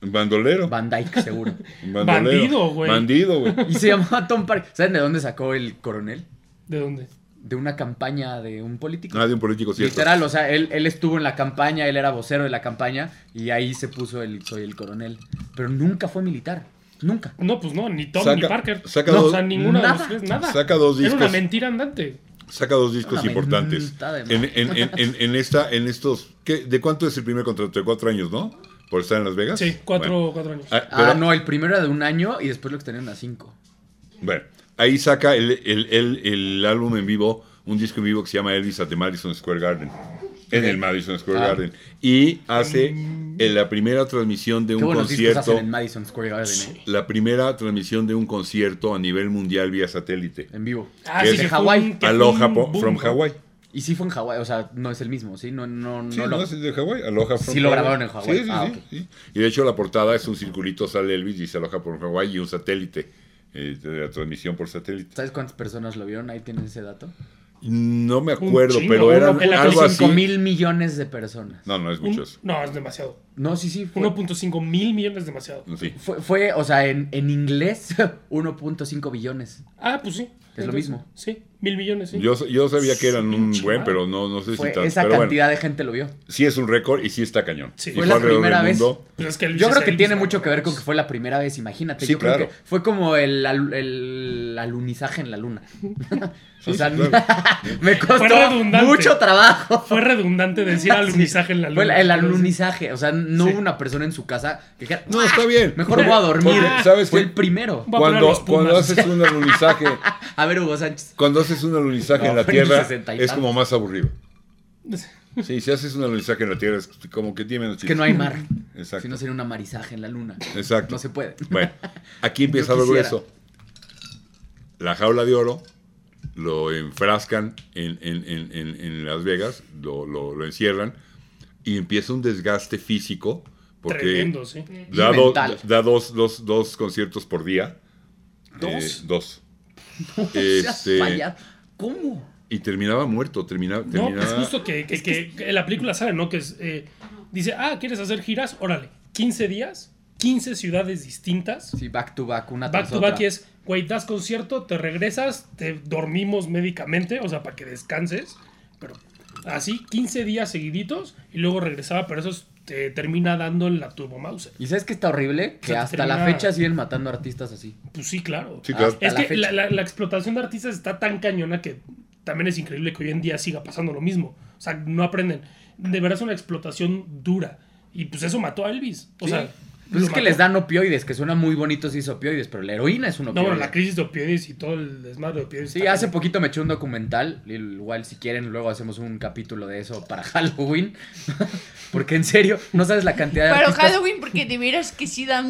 Speaker 1: bandolero.
Speaker 2: Van Dyke, seguro.
Speaker 1: bandolero.
Speaker 3: Bandido, güey.
Speaker 1: Bandido, güey.
Speaker 2: y se llamaba Tom Parker. ¿Saben de dónde sacó el coronel?
Speaker 3: ¿De dónde?
Speaker 2: De una campaña de un político.
Speaker 1: Nadie un político Ah, cierto.
Speaker 2: Literal, o sea, él, él estuvo en la campaña, él era vocero de la campaña y ahí se puso el soy el coronel. Pero nunca fue militar, nunca.
Speaker 3: No, pues no, ni Tom
Speaker 1: Saca-
Speaker 3: ni Parker.
Speaker 1: saca
Speaker 3: no,
Speaker 1: dos-
Speaker 3: o sea, ninguna de
Speaker 2: nada.
Speaker 3: los tres, nada.
Speaker 1: Saca dos
Speaker 3: Era una
Speaker 1: discos.
Speaker 3: mentira andante.
Speaker 1: Saca dos discos
Speaker 2: Una
Speaker 1: importantes.
Speaker 2: mentada de
Speaker 1: En,
Speaker 2: madre.
Speaker 1: en- en- en- en esta, en estos, ¿qué? ¿de cuánto es el primer contrato? De cuatro años, ¿no? Por estar en Las Vegas.
Speaker 3: Sí, cuatro,
Speaker 1: Bueno.
Speaker 3: cuatro años.
Speaker 1: Ah,
Speaker 2: Ah,
Speaker 1: pero-
Speaker 2: no, el primero era de un año y después lo extendieron a cinco.
Speaker 1: Bueno, ahí saca el, el, el- el álbum en vivo, un disco en vivo que se llama Elvis at the Madison Square Garden. En el Madison Square
Speaker 2: Ah.
Speaker 1: Garden. Y hace eh, la primera transmisión de
Speaker 2: Qué
Speaker 1: un
Speaker 2: buenos discos hacen
Speaker 1: concierto.
Speaker 2: en Madison Square Garden, ¿eh?
Speaker 1: La primera transmisión de un concierto a nivel mundial vía satélite.
Speaker 2: en vivo.
Speaker 3: Ah,
Speaker 1: que
Speaker 3: sí,
Speaker 1: es
Speaker 3: que
Speaker 2: de
Speaker 3: fue
Speaker 2: Hawái.
Speaker 3: un- que fue
Speaker 1: Aloha
Speaker 3: un
Speaker 1: po-
Speaker 3: boom,
Speaker 1: from
Speaker 3: ¿no?
Speaker 1: Hawaii.
Speaker 2: Y sí fue en Hawái, o sea, no es el mismo, ¿sí? No, no, no,
Speaker 1: Sí, no,
Speaker 2: lo-
Speaker 1: es de Hawái. Aloha from
Speaker 2: Sí lo
Speaker 1: Hawaii.
Speaker 2: grabaron en Hawái.
Speaker 1: Sí, sí,
Speaker 2: Ah,
Speaker 1: sí,
Speaker 2: ok.
Speaker 1: sí. Y de hecho la portada es un circulito, sale Elvis, dice Aloha from Hawaii y un satélite eh, de la transmisión por satélite.
Speaker 2: ¿Sabes cuántas personas lo vieron? Ahí tienen ese dato.
Speaker 1: No me acuerdo,
Speaker 3: chingo,
Speaker 1: pero
Speaker 3: uno
Speaker 1: eran
Speaker 3: en la
Speaker 1: algo
Speaker 3: tele
Speaker 1: así.
Speaker 2: 5 mil millones de personas.
Speaker 1: No, no es
Speaker 3: Un-
Speaker 1: mucho eso.
Speaker 3: no, es demasiado.
Speaker 2: No, sí, sí. Fue,
Speaker 3: 1.5 mil millones es demasiado.
Speaker 1: Sí.
Speaker 2: fue, fue, o sea, en, en inglés, 1.5 billones.
Speaker 3: Ah, pues sí.
Speaker 2: Es lo mismo.
Speaker 3: Sí, mil millones, sí.
Speaker 1: Yo, yo sabía que eran un
Speaker 3: Pinche
Speaker 1: buen,
Speaker 3: madre.
Speaker 1: pero no, no sé si
Speaker 2: Fue
Speaker 1: tanto.
Speaker 2: esa
Speaker 1: pero bueno,
Speaker 2: cantidad de gente lo vio.
Speaker 1: sí es un récord y sí está cañón.
Speaker 3: Sí.
Speaker 1: Y
Speaker 3: Fue
Speaker 2: la
Speaker 1: alrededor
Speaker 2: primera
Speaker 1: del
Speaker 2: vez.
Speaker 1: mundo.
Speaker 3: Pues es que Elvis
Speaker 2: Yo
Speaker 3: es
Speaker 2: creo que
Speaker 3: Elvis,
Speaker 2: tiene
Speaker 3: ¿no?
Speaker 2: mucho que ver con que fue la primera vez, imagínate.
Speaker 1: Sí,
Speaker 2: Yo creo
Speaker 1: claro.
Speaker 2: que fue como el, alu- el alunizaje en la luna.
Speaker 1: Sí,
Speaker 2: o sea,
Speaker 1: sí,
Speaker 2: me
Speaker 3: Fue
Speaker 2: costó
Speaker 3: redundante.
Speaker 2: mucho trabajo.
Speaker 3: Fue redundante decir alunizaje en la luna.
Speaker 2: Ah, Fue el, el
Speaker 3: pero sí.
Speaker 2: alunizaje, o sea, no
Speaker 3: Sí.
Speaker 2: hubo una persona en su casa que dijera,
Speaker 1: No, está bien.
Speaker 2: mejor voy a dormir.
Speaker 1: Porque, ¿sabes
Speaker 2: fue
Speaker 1: qué?
Speaker 2: el primero.
Speaker 3: Voy a poner
Speaker 1: Cuando,
Speaker 3: los Pumas.
Speaker 1: cuando haces un alunizaje,
Speaker 2: A ver, Hugo Sánchez.
Speaker 1: cuando haces un alunizaje
Speaker 2: No,
Speaker 1: en la
Speaker 2: fue en el
Speaker 1: Tierra,
Speaker 2: 60 y
Speaker 1: es
Speaker 2: tantos.
Speaker 1: como más aburrido. Sí, si haces un alunizaje en la Tierra, es como que tiene menos
Speaker 2: Es que no hay mar.
Speaker 1: Exacto.
Speaker 2: Si no sería un amarizaje en la luna.
Speaker 1: Exacto.
Speaker 2: No se puede.
Speaker 1: Bueno, aquí empieza
Speaker 2: Yo
Speaker 1: lo
Speaker 2: quisiera.
Speaker 1: grueso. La jaula de oro lo enfrascan en, en- en- en- en Las Vegas, lo, lo- lo encierran y empieza un desgaste físico porque
Speaker 3: Tremendo, sí.
Speaker 1: da,
Speaker 2: Y
Speaker 1: do-
Speaker 2: mental.
Speaker 1: da dos, dos- dos conciertos por día.
Speaker 3: ¿Dos?
Speaker 1: Eh, dos.
Speaker 2: Seas
Speaker 1: Este,
Speaker 2: payaso. ¿Cómo?
Speaker 1: y terminaba muerto, terminaba...
Speaker 3: No,
Speaker 1: terminaba
Speaker 3: pues justo que, que, que- que la película sabe, ¿no? Que es, eh, dice, ah, ¿quieres hacer giras? Órale, 15 días, 15 ciudades distintas.
Speaker 2: Sí, back to back, una
Speaker 3: Back
Speaker 2: tras
Speaker 3: to back
Speaker 2: otra.
Speaker 3: es, güey, das concierto, te regresas, te dormimos médicamente, o sea, para que descanses. Pero así, 15 días seguiditos y luego regresaba, pero eso es- te termina dando en la Turbo Mouse.
Speaker 2: ¿Y sabes qué está horrible? Que
Speaker 3: te
Speaker 2: hasta
Speaker 3: termina-
Speaker 2: la fecha siguen matando artistas así.
Speaker 3: Pues sí, claro.
Speaker 1: Sí, claro.
Speaker 2: Hasta
Speaker 3: Es
Speaker 2: la
Speaker 3: que
Speaker 2: fecha.
Speaker 3: la, la- la explotación de artistas está tan cañona que también es increíble que hoy en día siga pasando lo mismo. O sea, no aprenden. De verdad es una explotación dura. Y pues eso mató a Elvis. O
Speaker 2: Sí.
Speaker 3: sea,
Speaker 2: Pues
Speaker 3: lo
Speaker 2: es que
Speaker 3: mató.
Speaker 2: les dan opioides, que suena muy bonito si es opioides, pero la heroína es un
Speaker 3: No,
Speaker 2: opioide.
Speaker 3: bueno, la crisis de opioides y todo el desmadre de opioides.
Speaker 2: Sí,
Speaker 3: está
Speaker 2: hace
Speaker 3: cañón.
Speaker 2: poquito me eché un documental, igual si quieren luego hacemos un capítulo de eso para Halloween, porque en serio, no sabes la cantidad de
Speaker 7: Pero
Speaker 2: artistas-
Speaker 7: Halloween, porque de veras que sí da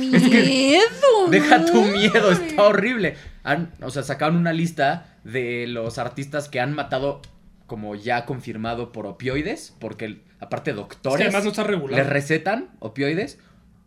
Speaker 7: miedo.
Speaker 2: Deja tu
Speaker 7: ¿no?
Speaker 2: miedo, está horrible. Han- o sea, sacaron una lista de los artistas que han matado como ya confirmado por opioides, porque aparte
Speaker 3: Es que
Speaker 2: doctores
Speaker 3: además no está regulado.
Speaker 2: les recetan opioides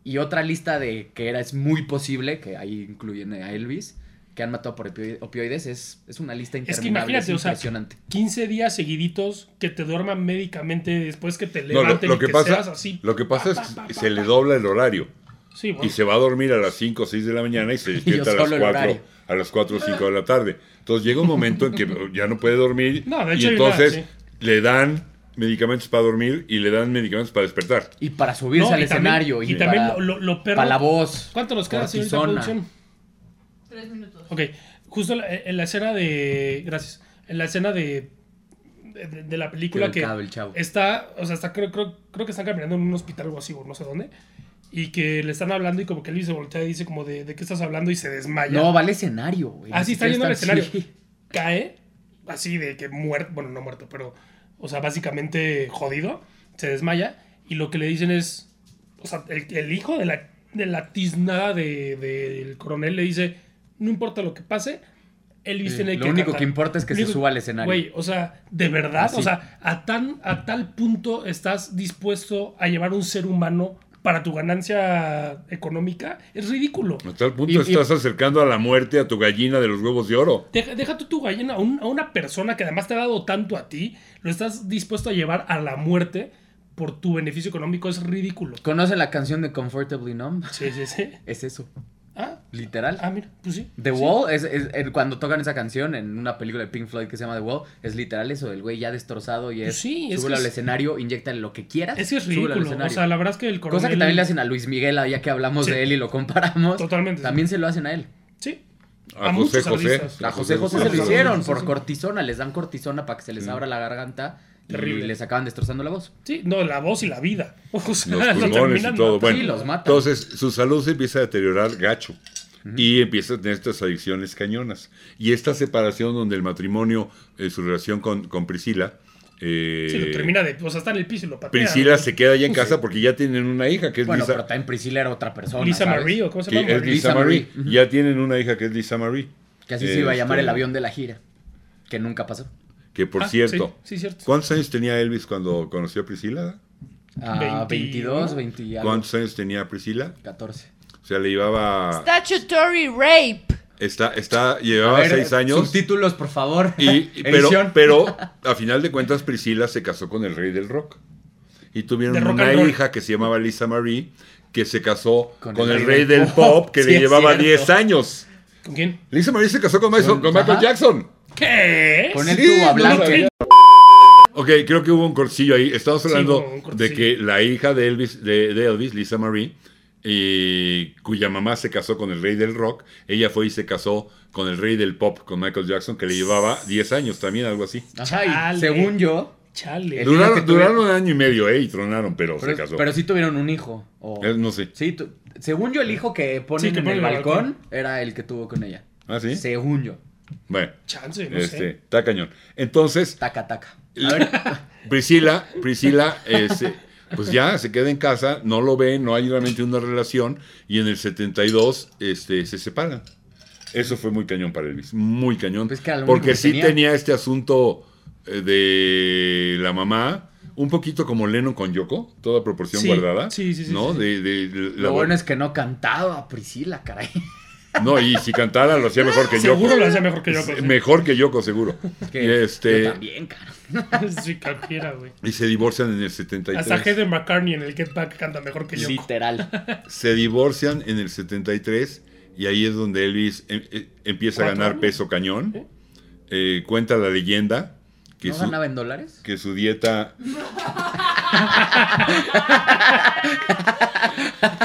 Speaker 2: y otra lista de que era es muy posible que ahí incluyen a Elvis que han matado por opioide- opioides es, es una lista
Speaker 3: Es que
Speaker 2: interminable, es,
Speaker 3: imagínate, o sea,
Speaker 2: impresionante.
Speaker 3: 15 días seguiditos que te duerman médicamente después que te
Speaker 1: No, lo,
Speaker 3: levanten
Speaker 1: lo
Speaker 3: y
Speaker 1: que
Speaker 3: que seas
Speaker 1: pasa,
Speaker 3: así.
Speaker 1: lo que pasa
Speaker 3: Pa,
Speaker 1: es
Speaker 3: pa, pa,
Speaker 1: que
Speaker 3: pa,
Speaker 1: se le
Speaker 3: pa.
Speaker 1: doble el horario.
Speaker 3: Sí, bueno.
Speaker 1: Y se va a dormir a las 5 o 6 de la mañana y se despierta a
Speaker 2: solo
Speaker 1: las
Speaker 2: el
Speaker 1: 4
Speaker 2: horario.
Speaker 1: a las 4 o 5 de la tarde. Entonces llega un momento en que ya no puede dormir
Speaker 3: No, de
Speaker 1: y
Speaker 3: hecho hay una-
Speaker 1: entonces
Speaker 3: sí.
Speaker 1: le dan medicamentos para dormir y le dan medicamentos para despertar.
Speaker 2: Y para subirse
Speaker 3: No,
Speaker 2: al
Speaker 3: y también-
Speaker 2: escenario
Speaker 3: y también
Speaker 2: para,
Speaker 3: lo- lo perro-
Speaker 2: para la voz.
Speaker 3: ¿Cuánto nos queda, señorita
Speaker 2: cortisona.
Speaker 3: producción?
Speaker 7: Tres minutos.
Speaker 3: Ok, justo la- en la escena de. Gracias. En la escena de. De, de la película
Speaker 2: Quedó
Speaker 3: que
Speaker 2: el cable, el chavo.
Speaker 3: está, o sea, está, creo, creo, creo que están caminando en un hospital o algo así, o no sé dónde, y que le están hablando y como que Elvis se voltea y dice como de, ¿de qué estás hablando? y se desmaya.
Speaker 2: No, va al escenario, güey.
Speaker 3: Así
Speaker 2: Ni
Speaker 3: Ah, está
Speaker 2: siquiera
Speaker 3: yendo al escenario.
Speaker 2: sí.
Speaker 3: Cae, así de que muerto, bueno, no muerto, pero, o sea, básicamente jodido, se desmaya y lo que le dicen es, o sea, el, el hijo de la, de la tiznada de- del coronel le dice, no importa lo que pase, Elvis
Speaker 2: Sí,
Speaker 3: tiene
Speaker 2: lo
Speaker 3: que...
Speaker 2: único
Speaker 3: cantar".
Speaker 2: que importa es que
Speaker 3: Lo
Speaker 2: se
Speaker 3: único-
Speaker 2: suba al escenario.
Speaker 3: Güey, o sea, de verdad,
Speaker 2: Así.
Speaker 3: o sea, a, tan, a tal punto estás dispuesto a llevar un ser humano para tu ganancia económica, es ridículo.
Speaker 1: A tal punto
Speaker 2: Y- y-
Speaker 1: estás acercando a la muerte a tu gallina de los huevos de oro.
Speaker 3: Deja, deja tú tu gallina a, un- a una persona que además te ha dado tanto a ti, lo estás dispuesto a llevar a la muerte por tu beneficio económico, es ridículo.
Speaker 2: ¿Conocen la canción de Comfortably Numb?
Speaker 3: Sí, sí, sí.
Speaker 2: Es eso,
Speaker 3: Ah,
Speaker 2: literal.
Speaker 3: ah, mira, pues sí.
Speaker 2: The
Speaker 3: sí.
Speaker 2: Wall, es, es- el- cuando tocan esa canción en una película de Pink Floyd que se llama The Wall, es literal eso, del güey ya destrozado y es,
Speaker 3: Sí, es
Speaker 2: súbelo
Speaker 3: que
Speaker 2: al
Speaker 3: es-
Speaker 2: escenario, inyectale lo que quieras,
Speaker 3: Es que es
Speaker 2: súbelo al
Speaker 3: ridículo. O
Speaker 2: escenario.
Speaker 3: sea, la verdad es que el coronel.
Speaker 2: Cosa que también le hacen a Luis Miguel, ah, ya que hablamos
Speaker 3: Sí.
Speaker 2: de él y lo comparamos.
Speaker 3: Totalmente, sí.
Speaker 2: También se lo hacen a él.
Speaker 3: Sí.
Speaker 1: A,
Speaker 3: A
Speaker 1: José
Speaker 3: muchos
Speaker 1: José.
Speaker 3: artistas.
Speaker 2: A José José
Speaker 3: José
Speaker 2: se lo
Speaker 3: José.
Speaker 2: hicieron
Speaker 3: Sí,
Speaker 2: por
Speaker 3: sí.
Speaker 2: cortisona, les dan cortisona para que se les abra la garganta
Speaker 3: Terrible.
Speaker 2: y les acaban destrozando la voz.
Speaker 3: Sí, no, la voz y la vida. O sea,
Speaker 1: Los
Speaker 3: lo
Speaker 1: pulmones
Speaker 3: terminan
Speaker 1: y todo.
Speaker 3: matando.
Speaker 1: Bueno,
Speaker 2: Sí, los matan.
Speaker 1: entonces su salud se empieza a deteriorar gacho. Y empieza a tener estas adicciones cañonas. Y esta separación donde el matrimonio, eh, su relación con, con Priscila. eh,
Speaker 3: Sí, lo termina de. O sea, está en el piso y lo patea.
Speaker 1: Priscila se queda ya en
Speaker 2: Sí.
Speaker 1: casa porque ya tienen una hija que es
Speaker 2: Bueno, pero
Speaker 1: Lisa,
Speaker 2: también Priscila era otra persona.
Speaker 3: Lisa
Speaker 2: ¿sabes?
Speaker 3: Marie, ¿o cómo se
Speaker 1: que
Speaker 3: llama?
Speaker 1: es
Speaker 3: Marie?
Speaker 1: Lisa
Speaker 2: Lisa
Speaker 1: Marie.
Speaker 2: Marie. Ujú.
Speaker 1: Ya tienen una hija que es Lisa Marie.
Speaker 2: Que así se iba a llamar
Speaker 1: Este,
Speaker 2: el avión de la gira, que nunca pasó.
Speaker 1: Que por
Speaker 3: Ah,
Speaker 1: cierto,
Speaker 3: Sí, sí, cierto.
Speaker 1: ¿cuántos años tenía Elvis cuando conoció a Priscila?
Speaker 2: Ah, 22,
Speaker 3: 21,
Speaker 2: 20 y algo,
Speaker 1: ¿Cuántos años tenía Priscila?
Speaker 2: 14.
Speaker 1: O sea, le llevaba...
Speaker 7: Statutory rape.
Speaker 1: Está, está, llevaba
Speaker 2: A ver,
Speaker 1: seis años.
Speaker 2: Subtítulos, por favor.
Speaker 1: Y, pero,
Speaker 2: Edición.
Speaker 1: pero a final de cuentas Priscila se casó con el rey del rock. Y tuvieron
Speaker 3: Del rock
Speaker 1: una
Speaker 3: and roll.
Speaker 1: hija que se llamaba Lisa Marie, que se casó con,
Speaker 2: Con
Speaker 1: el,
Speaker 2: el
Speaker 1: rey del pop, que
Speaker 2: sí
Speaker 1: le
Speaker 2: es
Speaker 1: llevaba
Speaker 2: cierto.
Speaker 1: 10 años.
Speaker 3: ¿Con quién?
Speaker 1: Lisa Marie se casó con, Mason-
Speaker 2: Con-
Speaker 1: con Michael
Speaker 2: ajá.
Speaker 1: Jackson.
Speaker 3: ¿Qué?
Speaker 2: Con
Speaker 1: Sí,
Speaker 2: el tubo a
Speaker 1: no lo
Speaker 2: blanco.
Speaker 1: sabía. Ok, creo que hubo un corcillo ahí. Estamos
Speaker 3: Sí,
Speaker 1: hablando
Speaker 3: hubo un corcillo.
Speaker 1: de que la hija de Elvis, de, de Elvis, Lisa Marie, y cuya mamá se casó con el rey del rock, ella fue y se casó con el rey del pop, con Michael Jackson, que le llevaba 10 años también, algo así.
Speaker 2: Ajá, y
Speaker 3: Chale.
Speaker 2: según yo,
Speaker 3: Chale.
Speaker 2: El
Speaker 1: Duraron,
Speaker 2: día que tuve-
Speaker 1: duraron un año y medio, ¿eh? Y tronaron, pero, se
Speaker 2: pero,
Speaker 1: casó.
Speaker 2: pero sí tuvieron un hijo. o-
Speaker 1: Eh, no sé.
Speaker 2: Sí, tu- según yo, el hijo que ponen
Speaker 3: Sí, que
Speaker 2: en
Speaker 3: ponen
Speaker 2: el
Speaker 3: en el
Speaker 2: balcón era el que tuvo con ella.
Speaker 1: ¿Ah, sí?
Speaker 2: Según yo.
Speaker 1: Bueno,
Speaker 3: Chance, no
Speaker 1: este,
Speaker 3: sé.
Speaker 1: está cañón. Entonces,
Speaker 2: Taca, taca.
Speaker 1: la- Priscila, Priscila, este, pues ya se queda en casa, no lo ven, no hay realmente una relación, y en el 72 este, se separan. Eso fue muy cañón para Elvis, muy cañón.
Speaker 2: Pues que era lo único
Speaker 1: porque
Speaker 2: que
Speaker 1: sí tenía.
Speaker 2: tenía.
Speaker 1: este asunto eh, de la mamá, un poquito como Lennon con Yoko, toda proporción
Speaker 3: Sí,
Speaker 1: guardada.
Speaker 3: sí, sí, sí,
Speaker 1: ¿no?
Speaker 3: sí.
Speaker 1: De, de la-
Speaker 2: Lo bueno es que no cantaba Priscila, caray.
Speaker 1: No, y si cantara lo hacía mejor que Yoko.
Speaker 3: Seguro lo hacía mejor que yo.
Speaker 1: Sí,
Speaker 3: pues,
Speaker 1: Mejor que Yoko, seguro. Y,
Speaker 2: Que
Speaker 1: este,
Speaker 2: yo también, caray.
Speaker 3: Sí, cualquiera, güey.
Speaker 1: y se divorcian en el
Speaker 3: Hasta
Speaker 1: 73.
Speaker 3: Heather McCartney en el Get Back canta mejor que yo.
Speaker 2: Literal.
Speaker 1: Se divorcian en el 73 y ahí es donde Elvis em- eh, empieza a
Speaker 3: ¿Cuatro
Speaker 1: ganar
Speaker 3: años?
Speaker 1: peso cañón. Eh, cuenta la leyenda que,
Speaker 2: ¿No
Speaker 1: su,
Speaker 2: ganaba en dólares?
Speaker 1: que su dieta...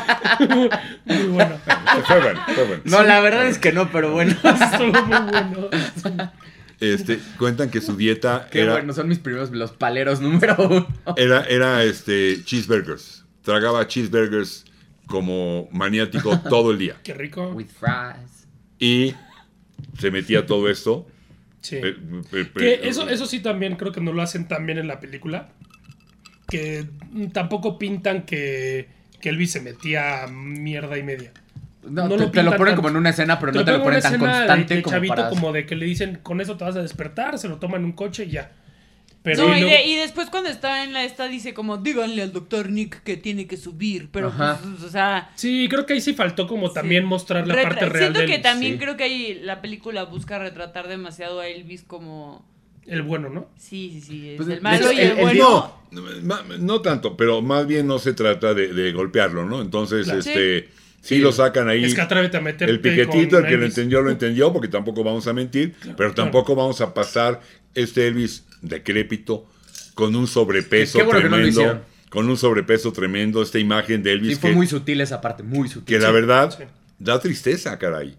Speaker 3: Muy bueno.
Speaker 1: Fue bueno, fue bueno.
Speaker 2: No, la verdad es que no, pero bueno.
Speaker 3: Estuvo muy bueno.
Speaker 1: Este, cuentan que su dieta
Speaker 2: Qué
Speaker 1: era,
Speaker 2: bueno, son mis primeros, los paleros número uno.
Speaker 1: era, era este, cheeseburgers. Tragaba cheeseburgers como maniático todo el día.
Speaker 3: Qué rico.
Speaker 2: With fries.
Speaker 1: Y se metía todo esto.
Speaker 3: Sí.
Speaker 1: eh, eh, eh,
Speaker 3: Que eso, eso sí también creo que no lo hacen tan bien en la película. Que mm, tampoco pintan que, que Elvis se metía a mierda y media.
Speaker 2: No, te,
Speaker 3: No lo
Speaker 2: te lo
Speaker 3: pintan
Speaker 2: ponen
Speaker 3: tanto.
Speaker 2: como en una escena, pero no te lo
Speaker 3: pongo en
Speaker 2: ponen tan
Speaker 3: una escena de-
Speaker 2: constante
Speaker 3: de
Speaker 2: como
Speaker 3: chavito
Speaker 2: para...
Speaker 3: como de que le dicen, con eso te vas a despertar, se lo toman en un coche y ya. Pero
Speaker 6: No,
Speaker 3: y
Speaker 6: y,
Speaker 3: luego-
Speaker 6: de- y después cuando está en la esta dice como, díganle al doctor Nick que tiene que subir, pero
Speaker 2: Ajá.
Speaker 6: pues, o sea...
Speaker 3: Sí, creo que ahí sí faltó como también mostrar la
Speaker 6: retra-
Speaker 3: parte real
Speaker 6: Siento
Speaker 3: de
Speaker 6: que
Speaker 3: Elvis.
Speaker 6: también
Speaker 1: sí.
Speaker 6: creo que ahí la película busca retratar demasiado a Elvis como...
Speaker 3: El bueno, ¿no?
Speaker 6: Sí, sí, sí, es
Speaker 2: Pues,
Speaker 6: el
Speaker 2: de
Speaker 6: malo
Speaker 2: hecho,
Speaker 6: y el,
Speaker 2: el- el
Speaker 6: bueno.
Speaker 1: No, ma- no tanto, pero más bien no se trata de, de golpearlo, ¿no? Entonces,
Speaker 3: Claro.
Speaker 1: este, sí. lo sacan ahí.
Speaker 3: es que atrévete a meterte
Speaker 1: El piquetito,
Speaker 3: con
Speaker 1: el que lo
Speaker 3: Elvis.
Speaker 1: entendió, lo entendió, porque tampoco vamos a mentir, pero tampoco vamos a pasar este Elvis decrépito con un sobrepeso
Speaker 2: Qué bueno que no lo
Speaker 1: tremendo.
Speaker 2: hicieron.
Speaker 1: con un sobrepeso tremendo, esta imagen de Elvis
Speaker 2: Sí, fue
Speaker 1: que,
Speaker 2: muy sutil esa parte, muy sutil.
Speaker 1: que la verdad
Speaker 3: sí.
Speaker 1: da tristeza, caray.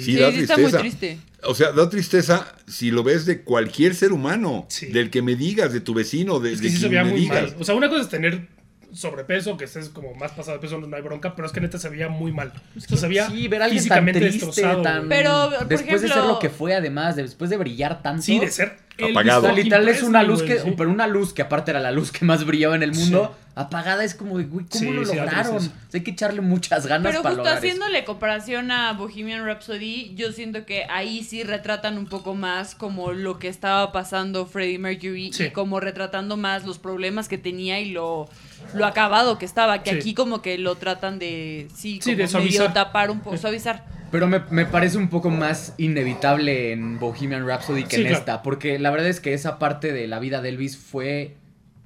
Speaker 1: Sí,
Speaker 6: Sí,
Speaker 1: da
Speaker 6: sí está muy
Speaker 1: tristeza.
Speaker 6: triste.
Speaker 1: O sea, da tristeza si lo ves de cualquier ser humano,
Speaker 3: Sí.
Speaker 1: del que me digas, de tu vecino, de,
Speaker 3: Es
Speaker 1: de
Speaker 3: que sí se
Speaker 1: quien
Speaker 3: veía
Speaker 1: me
Speaker 3: muy
Speaker 1: digas.
Speaker 3: mal. O sea, una cosa es tener sobrepeso, que estés como más pasado de peso, no hay bronca, pero es que neta se veía muy mal. O sea, se veía
Speaker 2: Sí, ver a alguien tan
Speaker 3: físicamente
Speaker 2: triste,
Speaker 3: destrozado.
Speaker 2: tan...
Speaker 3: güey.
Speaker 6: Pero, por
Speaker 2: después de ser
Speaker 6: ejemplo-
Speaker 2: lo que fue, además, después de brillar tanto...
Speaker 3: Sí, de ser Elvis
Speaker 1: Apagado.
Speaker 2: O sea,
Speaker 1: Fucking
Speaker 2: literal es una luz
Speaker 3: Presley,
Speaker 2: que,
Speaker 3: güey, sí.
Speaker 2: pero una luz que aparte era la luz que más brillaba en el mundo, apagada es como de, güey, ¿cómo
Speaker 3: Sí,
Speaker 2: lo
Speaker 3: sí, da
Speaker 2: lograron?
Speaker 3: tristeza.
Speaker 2: O sea, hay que echarle muchas ganas
Speaker 6: Pero
Speaker 2: para
Speaker 6: justo
Speaker 2: lograr
Speaker 6: haciéndole comparación a Bohemian Rhapsody, yo siento que ahí sí retratan un poco más como lo que estaba pasando Freddie Mercury
Speaker 3: Sí.
Speaker 6: y como retratando más los problemas que tenía y lo, lo acabado que estaba, que
Speaker 3: Sí.
Speaker 6: aquí como que lo tratan de
Speaker 3: Sí,
Speaker 6: sí, como
Speaker 3: de
Speaker 6: medio
Speaker 3: suavizar.
Speaker 6: tapar un poco, suavizar.
Speaker 2: eso. Pero me, me parece un poco más inevitable en Bohemian Rhapsody que
Speaker 3: Sí,
Speaker 2: en
Speaker 3: claro.
Speaker 2: esta, porque la verdad es que esa parte de la vida de Elvis fue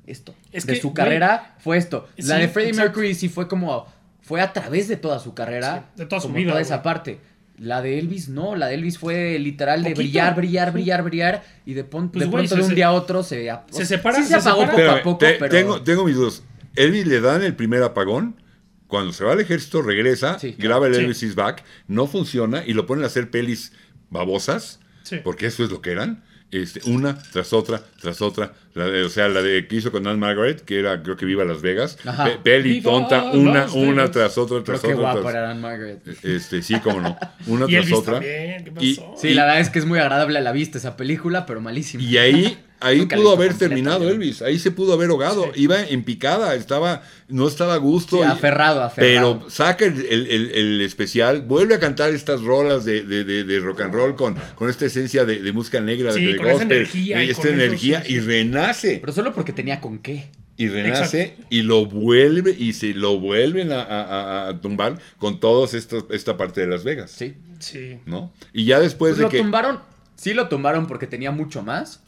Speaker 2: esto.
Speaker 3: Es
Speaker 2: de
Speaker 3: que,
Speaker 2: su
Speaker 3: güey,
Speaker 2: carrera fue esto. La
Speaker 3: sí,
Speaker 2: de Freddie
Speaker 3: exacto.
Speaker 2: Mercury sí fue como, fue a través de toda su carrera,
Speaker 3: Sí, de toda su
Speaker 2: como
Speaker 3: vida,
Speaker 2: toda esa
Speaker 3: güey.
Speaker 2: parte. La de Elvis no, la de Elvis fue literal
Speaker 3: Poquito.
Speaker 2: de brillar, brillar,
Speaker 3: Sí.
Speaker 2: brillar, brillar y de, pon-
Speaker 3: Pues,
Speaker 2: de
Speaker 3: güey,
Speaker 2: pronto
Speaker 3: se-
Speaker 2: de un
Speaker 3: se-
Speaker 2: día a otro se, ap-
Speaker 3: se separa-
Speaker 2: Sí se,
Speaker 3: se
Speaker 2: apagó
Speaker 3: separa.
Speaker 2: poco
Speaker 1: Espérame,
Speaker 2: a poco,
Speaker 1: te-
Speaker 2: pero
Speaker 1: tengo, tengo mis dudas. Elvis le dan el primer apagón. Cuando se va al ejército, regresa,
Speaker 2: Sí.
Speaker 1: graba el
Speaker 3: Sí.
Speaker 1: Elvis is Back, no funciona y lo ponen a hacer pelis babosas,
Speaker 3: Sí.
Speaker 1: porque eso es lo que eran. Este, una tras otra, tras otra. La de- o sea, la de que hizo con Anne Margaret, que era, creo que Viva Las Vegas.
Speaker 2: Ajá.
Speaker 1: Pe- peli
Speaker 3: Viva
Speaker 1: tonta, una,
Speaker 3: Las
Speaker 1: una
Speaker 3: Vegas.
Speaker 1: tras otra,
Speaker 2: pero
Speaker 1: tras
Speaker 2: qué
Speaker 1: otra.
Speaker 2: guapa
Speaker 1: tras-
Speaker 2: era Anne Margaret.
Speaker 1: este, sí, cómo no. Una
Speaker 3: Y
Speaker 1: tras
Speaker 3: Elvis
Speaker 1: otra.
Speaker 3: también, ¿qué
Speaker 1: Y-
Speaker 3: pasó?
Speaker 2: Sí, la verdad es que es muy agradable a la vista esa película, pero malísima.
Speaker 1: Y ahí, ahí
Speaker 2: Nunca la
Speaker 1: pudo
Speaker 2: hizo
Speaker 1: haber
Speaker 2: completa,
Speaker 1: terminado
Speaker 2: yo.
Speaker 1: Elvis, ahí se pudo haber ahogado, iba en picada, estaba, no estaba a gusto.
Speaker 2: Sí,
Speaker 1: y-
Speaker 2: aferrado, aferrado.
Speaker 1: Pero saca el, el- el- el especial, vuelve a cantar estas rolas de, de- de- de rock and roll con, con esta esencia de, de música negra,
Speaker 3: Sí,
Speaker 1: de, de
Speaker 3: con esa
Speaker 1: gospel,
Speaker 3: energía
Speaker 1: y
Speaker 3: y
Speaker 1: esta
Speaker 3: con eso,
Speaker 1: energía
Speaker 3: sí, sí.
Speaker 1: y renace.
Speaker 2: Pero solo porque tenía con qué.
Speaker 1: y renace y lo vuelve y se lo vuelven a, a- a- a tumbar con todos estos esta parte de Las Vegas,
Speaker 2: Sí.
Speaker 3: Sí.
Speaker 1: ¿no? Y ya después
Speaker 2: Pues lo
Speaker 1: Pues de que
Speaker 2: tumbaron. Sí lo tumbaron porque tenía mucho más.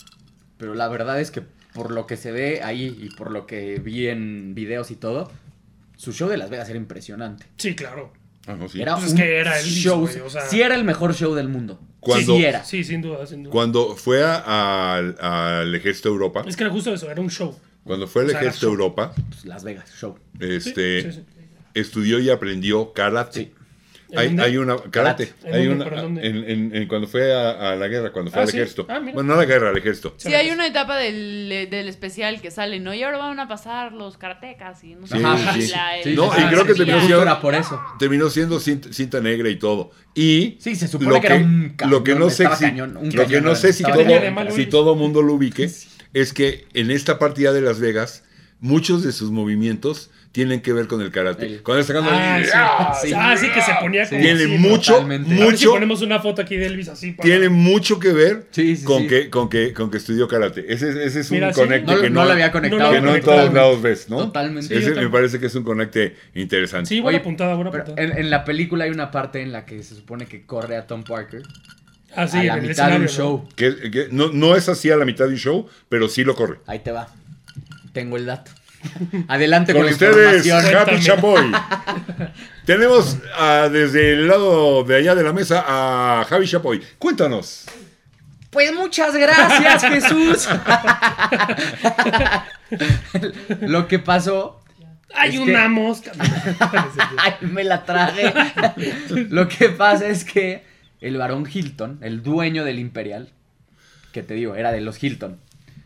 Speaker 2: Pero la verdad es que por lo que se ve ahí y por lo que vi en videos y todo, su show de Las Vegas era impresionante.
Speaker 3: Sí, claro.
Speaker 1: Ah, no, sí.
Speaker 2: Era
Speaker 3: Pues es
Speaker 2: un
Speaker 3: que era Elvis,
Speaker 2: show.
Speaker 3: güey, o sea-
Speaker 2: sí era el mejor show del mundo.
Speaker 1: Cuando-
Speaker 2: Sí era.
Speaker 3: Sí, sin duda, sin duda.
Speaker 1: cuando fue a- al- al ejército de Europa,
Speaker 3: Es que era justo eso, era un show.
Speaker 1: cuando fue al
Speaker 3: O sea,
Speaker 1: ejército de Europa,
Speaker 2: Pues, Las Vegas, show.
Speaker 3: Sí,
Speaker 1: este
Speaker 3: sí, sí.
Speaker 1: estudió y aprendió karate.
Speaker 2: Sí.
Speaker 3: ¿En
Speaker 1: Hay,
Speaker 3: dónde?
Speaker 1: hay una karate.
Speaker 2: Karate.
Speaker 3: ¿En
Speaker 1: Hay
Speaker 3: dónde?
Speaker 1: una,
Speaker 3: ¿Pero dónde?
Speaker 1: en, en- en cuando fue a, a la guerra, cuando fue
Speaker 3: Ah,
Speaker 1: al
Speaker 3: sí.
Speaker 1: ejército.
Speaker 3: Ah, mira.
Speaker 1: bueno, no a la guerra, al ejército.
Speaker 6: Sí, hay una etapa del, del especial que sale, ¿no? Y ahora van a pasar los karatecas y no sé
Speaker 1: Sí,
Speaker 6: qué,
Speaker 1: sí,
Speaker 6: y
Speaker 1: sí.
Speaker 6: la-
Speaker 1: Sí,
Speaker 6: el-
Speaker 1: No, y creo
Speaker 6: la
Speaker 1: que
Speaker 6: energía.
Speaker 1: terminó siendo-
Speaker 2: era por eso.
Speaker 1: Terminó siendo cinta, cinta negra y todo. Y
Speaker 2: Sí, se supone que era un cañón,
Speaker 1: lo que no sé
Speaker 2: estaba
Speaker 1: si,
Speaker 2: cañón, un
Speaker 1: lo que
Speaker 2: cañón,
Speaker 1: no sé si
Speaker 2: estaba
Speaker 1: todo,
Speaker 3: cañón. Tenía de malo,
Speaker 1: si
Speaker 3: Luis.
Speaker 1: todo mundo lo ubique es que en esta partida de Las Vegas muchos de sus movimientos tienen que ver con el karate.
Speaker 2: El-
Speaker 1: Cuando sacando
Speaker 3: Ah, sí. Ah, sí, que se ponía como
Speaker 1: tiene
Speaker 3: así, ¿no?
Speaker 1: mucho
Speaker 2: totalmente.
Speaker 3: A ver si
Speaker 1: mucho
Speaker 3: ponemos una foto aquí de Elvis así. para-
Speaker 1: tiene mucho que ver
Speaker 2: Sí, sí,
Speaker 1: con,
Speaker 2: sí.
Speaker 1: Que, con que con que estudió karate. Ese, ese es un
Speaker 3: Mira, sí.
Speaker 1: conecte
Speaker 2: No,
Speaker 1: que
Speaker 2: no
Speaker 1: no,
Speaker 2: lo había conectado.
Speaker 1: que no en todos
Speaker 2: Totalmente.
Speaker 1: lados ves, ¿no?
Speaker 2: Totalmente.
Speaker 1: Ese
Speaker 3: Sí, yo
Speaker 1: me
Speaker 3: tam-
Speaker 1: parece que es un conecte interesante.
Speaker 3: Sí, buena
Speaker 2: Oye,
Speaker 3: puntada, buena
Speaker 2: Pero
Speaker 3: puntada.
Speaker 2: en, en la película hay una parte en la que se supone que corre a Tom Parker
Speaker 3: Ah, sí,
Speaker 2: a
Speaker 3: en
Speaker 2: la
Speaker 3: el
Speaker 2: mitad de un
Speaker 3: escenario,
Speaker 2: show.
Speaker 3: ¿no?
Speaker 1: Que, que no, no es así a la mitad de un show, pero sí lo corre.
Speaker 2: Ahí te va. Tengo el dato. Adelante con,
Speaker 1: Con
Speaker 2: la
Speaker 1: ustedes,
Speaker 2: información.
Speaker 1: Happy
Speaker 3: Cuéntame.
Speaker 1: Chapoy. Tenemos ah, desde el lado de allá de la mesa a Javi Chapoy. Cuéntanos.
Speaker 2: Pues muchas gracias, Jesús. Lo que pasó,
Speaker 3: Hay
Speaker 2: Es
Speaker 3: una
Speaker 2: que-
Speaker 3: mosca.
Speaker 2: ay, me la traje. Lo que pasa es que el varón Hilton, el dueño del Imperial, que te digo, era de los Hilton.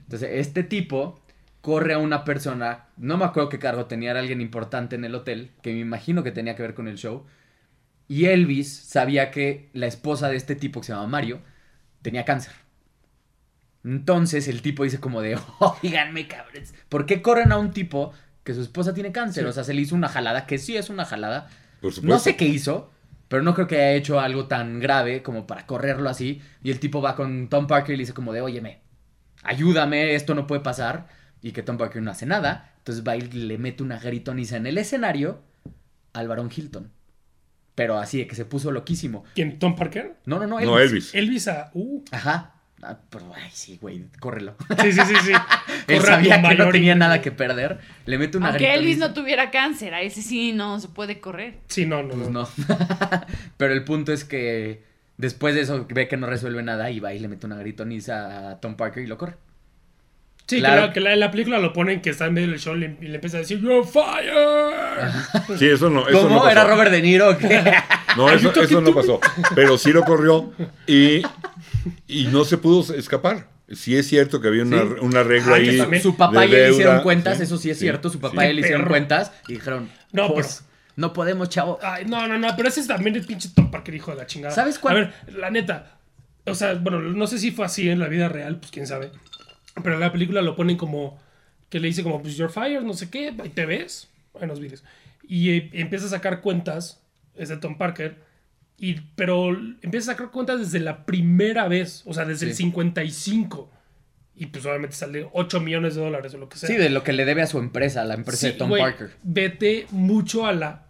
Speaker 2: Entonces, este tipo corre a una persona, no me acuerdo qué cargo tenía, era alguien importante en el hotel, que me imagino que tenía que ver con el show. Y Elvis sabía que la esposa de este tipo que se llama Mario tenía cáncer. Entonces el tipo dice como de, oiganme cabrones, ¿por qué corren a un tipo que su esposa tiene cáncer? O sea, se le hizo una jalada, que sí es una jalada.
Speaker 1: Por supuesto.
Speaker 2: No sé qué hizo, pero no creo que haya hecho algo tan grave como para correrlo así. Y el tipo va con Tom Parker y le dice como de, óyeme, ayúdame, esto no puede pasar. Y que Tom Parker no hace nada. Entonces va y le mete una gritoniza en el escenario al varón Hilton. Pero así de que se puso loquísimo.
Speaker 3: ¿Quién? ¿Tom Parker?
Speaker 2: No, no, no,
Speaker 1: No, Elvis.
Speaker 3: Elvis a. Uh.
Speaker 2: Ajá. Ah, pero, ay, sí, güey, córrelo.
Speaker 3: Sí, sí, sí. sí.
Speaker 2: Él
Speaker 3: Corre a
Speaker 2: sabía que
Speaker 3: Tom
Speaker 2: no
Speaker 3: Mayor y-
Speaker 2: tenía nada que perder. Le mete una
Speaker 6: Aunque Elvis no
Speaker 2: gritoniza.
Speaker 6: tuviera cáncer, a ese sí no se puede correr.
Speaker 3: Sí, no, no.
Speaker 2: Pues
Speaker 3: no.
Speaker 2: no. Pero el punto es que después de eso ve que no resuelve nada y va y le mete una gritoniza a Tom Parker y lo corre.
Speaker 3: Sí,
Speaker 2: Claro.
Speaker 3: claro, que la, en la película lo ponen que está en medio del show y le, y le empieza a decir You're fired.
Speaker 1: Sí, eso no. Eso
Speaker 2: ¿Cómo?
Speaker 1: no pasó.
Speaker 2: ¿Era Robert De Niro? o qué?
Speaker 1: No, eso, eso no pasó. Pero sí lo corrió y, y no se pudo escapar. Sí es cierto que había una,
Speaker 2: Sí.
Speaker 1: una regla
Speaker 3: Ah, que
Speaker 1: ahí.
Speaker 3: también
Speaker 2: su papá
Speaker 1: de
Speaker 2: y él
Speaker 1: deuda.
Speaker 2: hicieron cuentas, eso sí es
Speaker 1: sí,
Speaker 2: cierto. Su papá
Speaker 1: sí.
Speaker 2: y él hicieron
Speaker 3: Perro.
Speaker 2: cuentas y dijeron,
Speaker 3: No, Ah,
Speaker 2: no, pues, no podemos, chavo.
Speaker 3: Ay, no, no, no, pero ese es también el pinche Tom Parker, hijo de la chingada.
Speaker 2: ¿Sabes cuál?
Speaker 3: A ver, la neta. O sea, bueno, no sé si fue así en la vida real, pues quién sabe. Pero en la película lo ponen como. Que le dice como, pues you're fired, no sé qué, y te ves en los vídeos. Y eh, empieza a sacar cuentas, es de Tom Parker. Y, pero empieza a sacar cuentas desde la primera vez, o sea, desde el
Speaker 2: Sí.
Speaker 3: 55. Y pues obviamente sale 8 millones de dólares o lo que sea.
Speaker 2: Sí, de lo que le debe a su empresa, a la empresa de
Speaker 3: Sí,
Speaker 2: Tom
Speaker 3: güey,
Speaker 2: Parker.
Speaker 3: Vete mucho a la.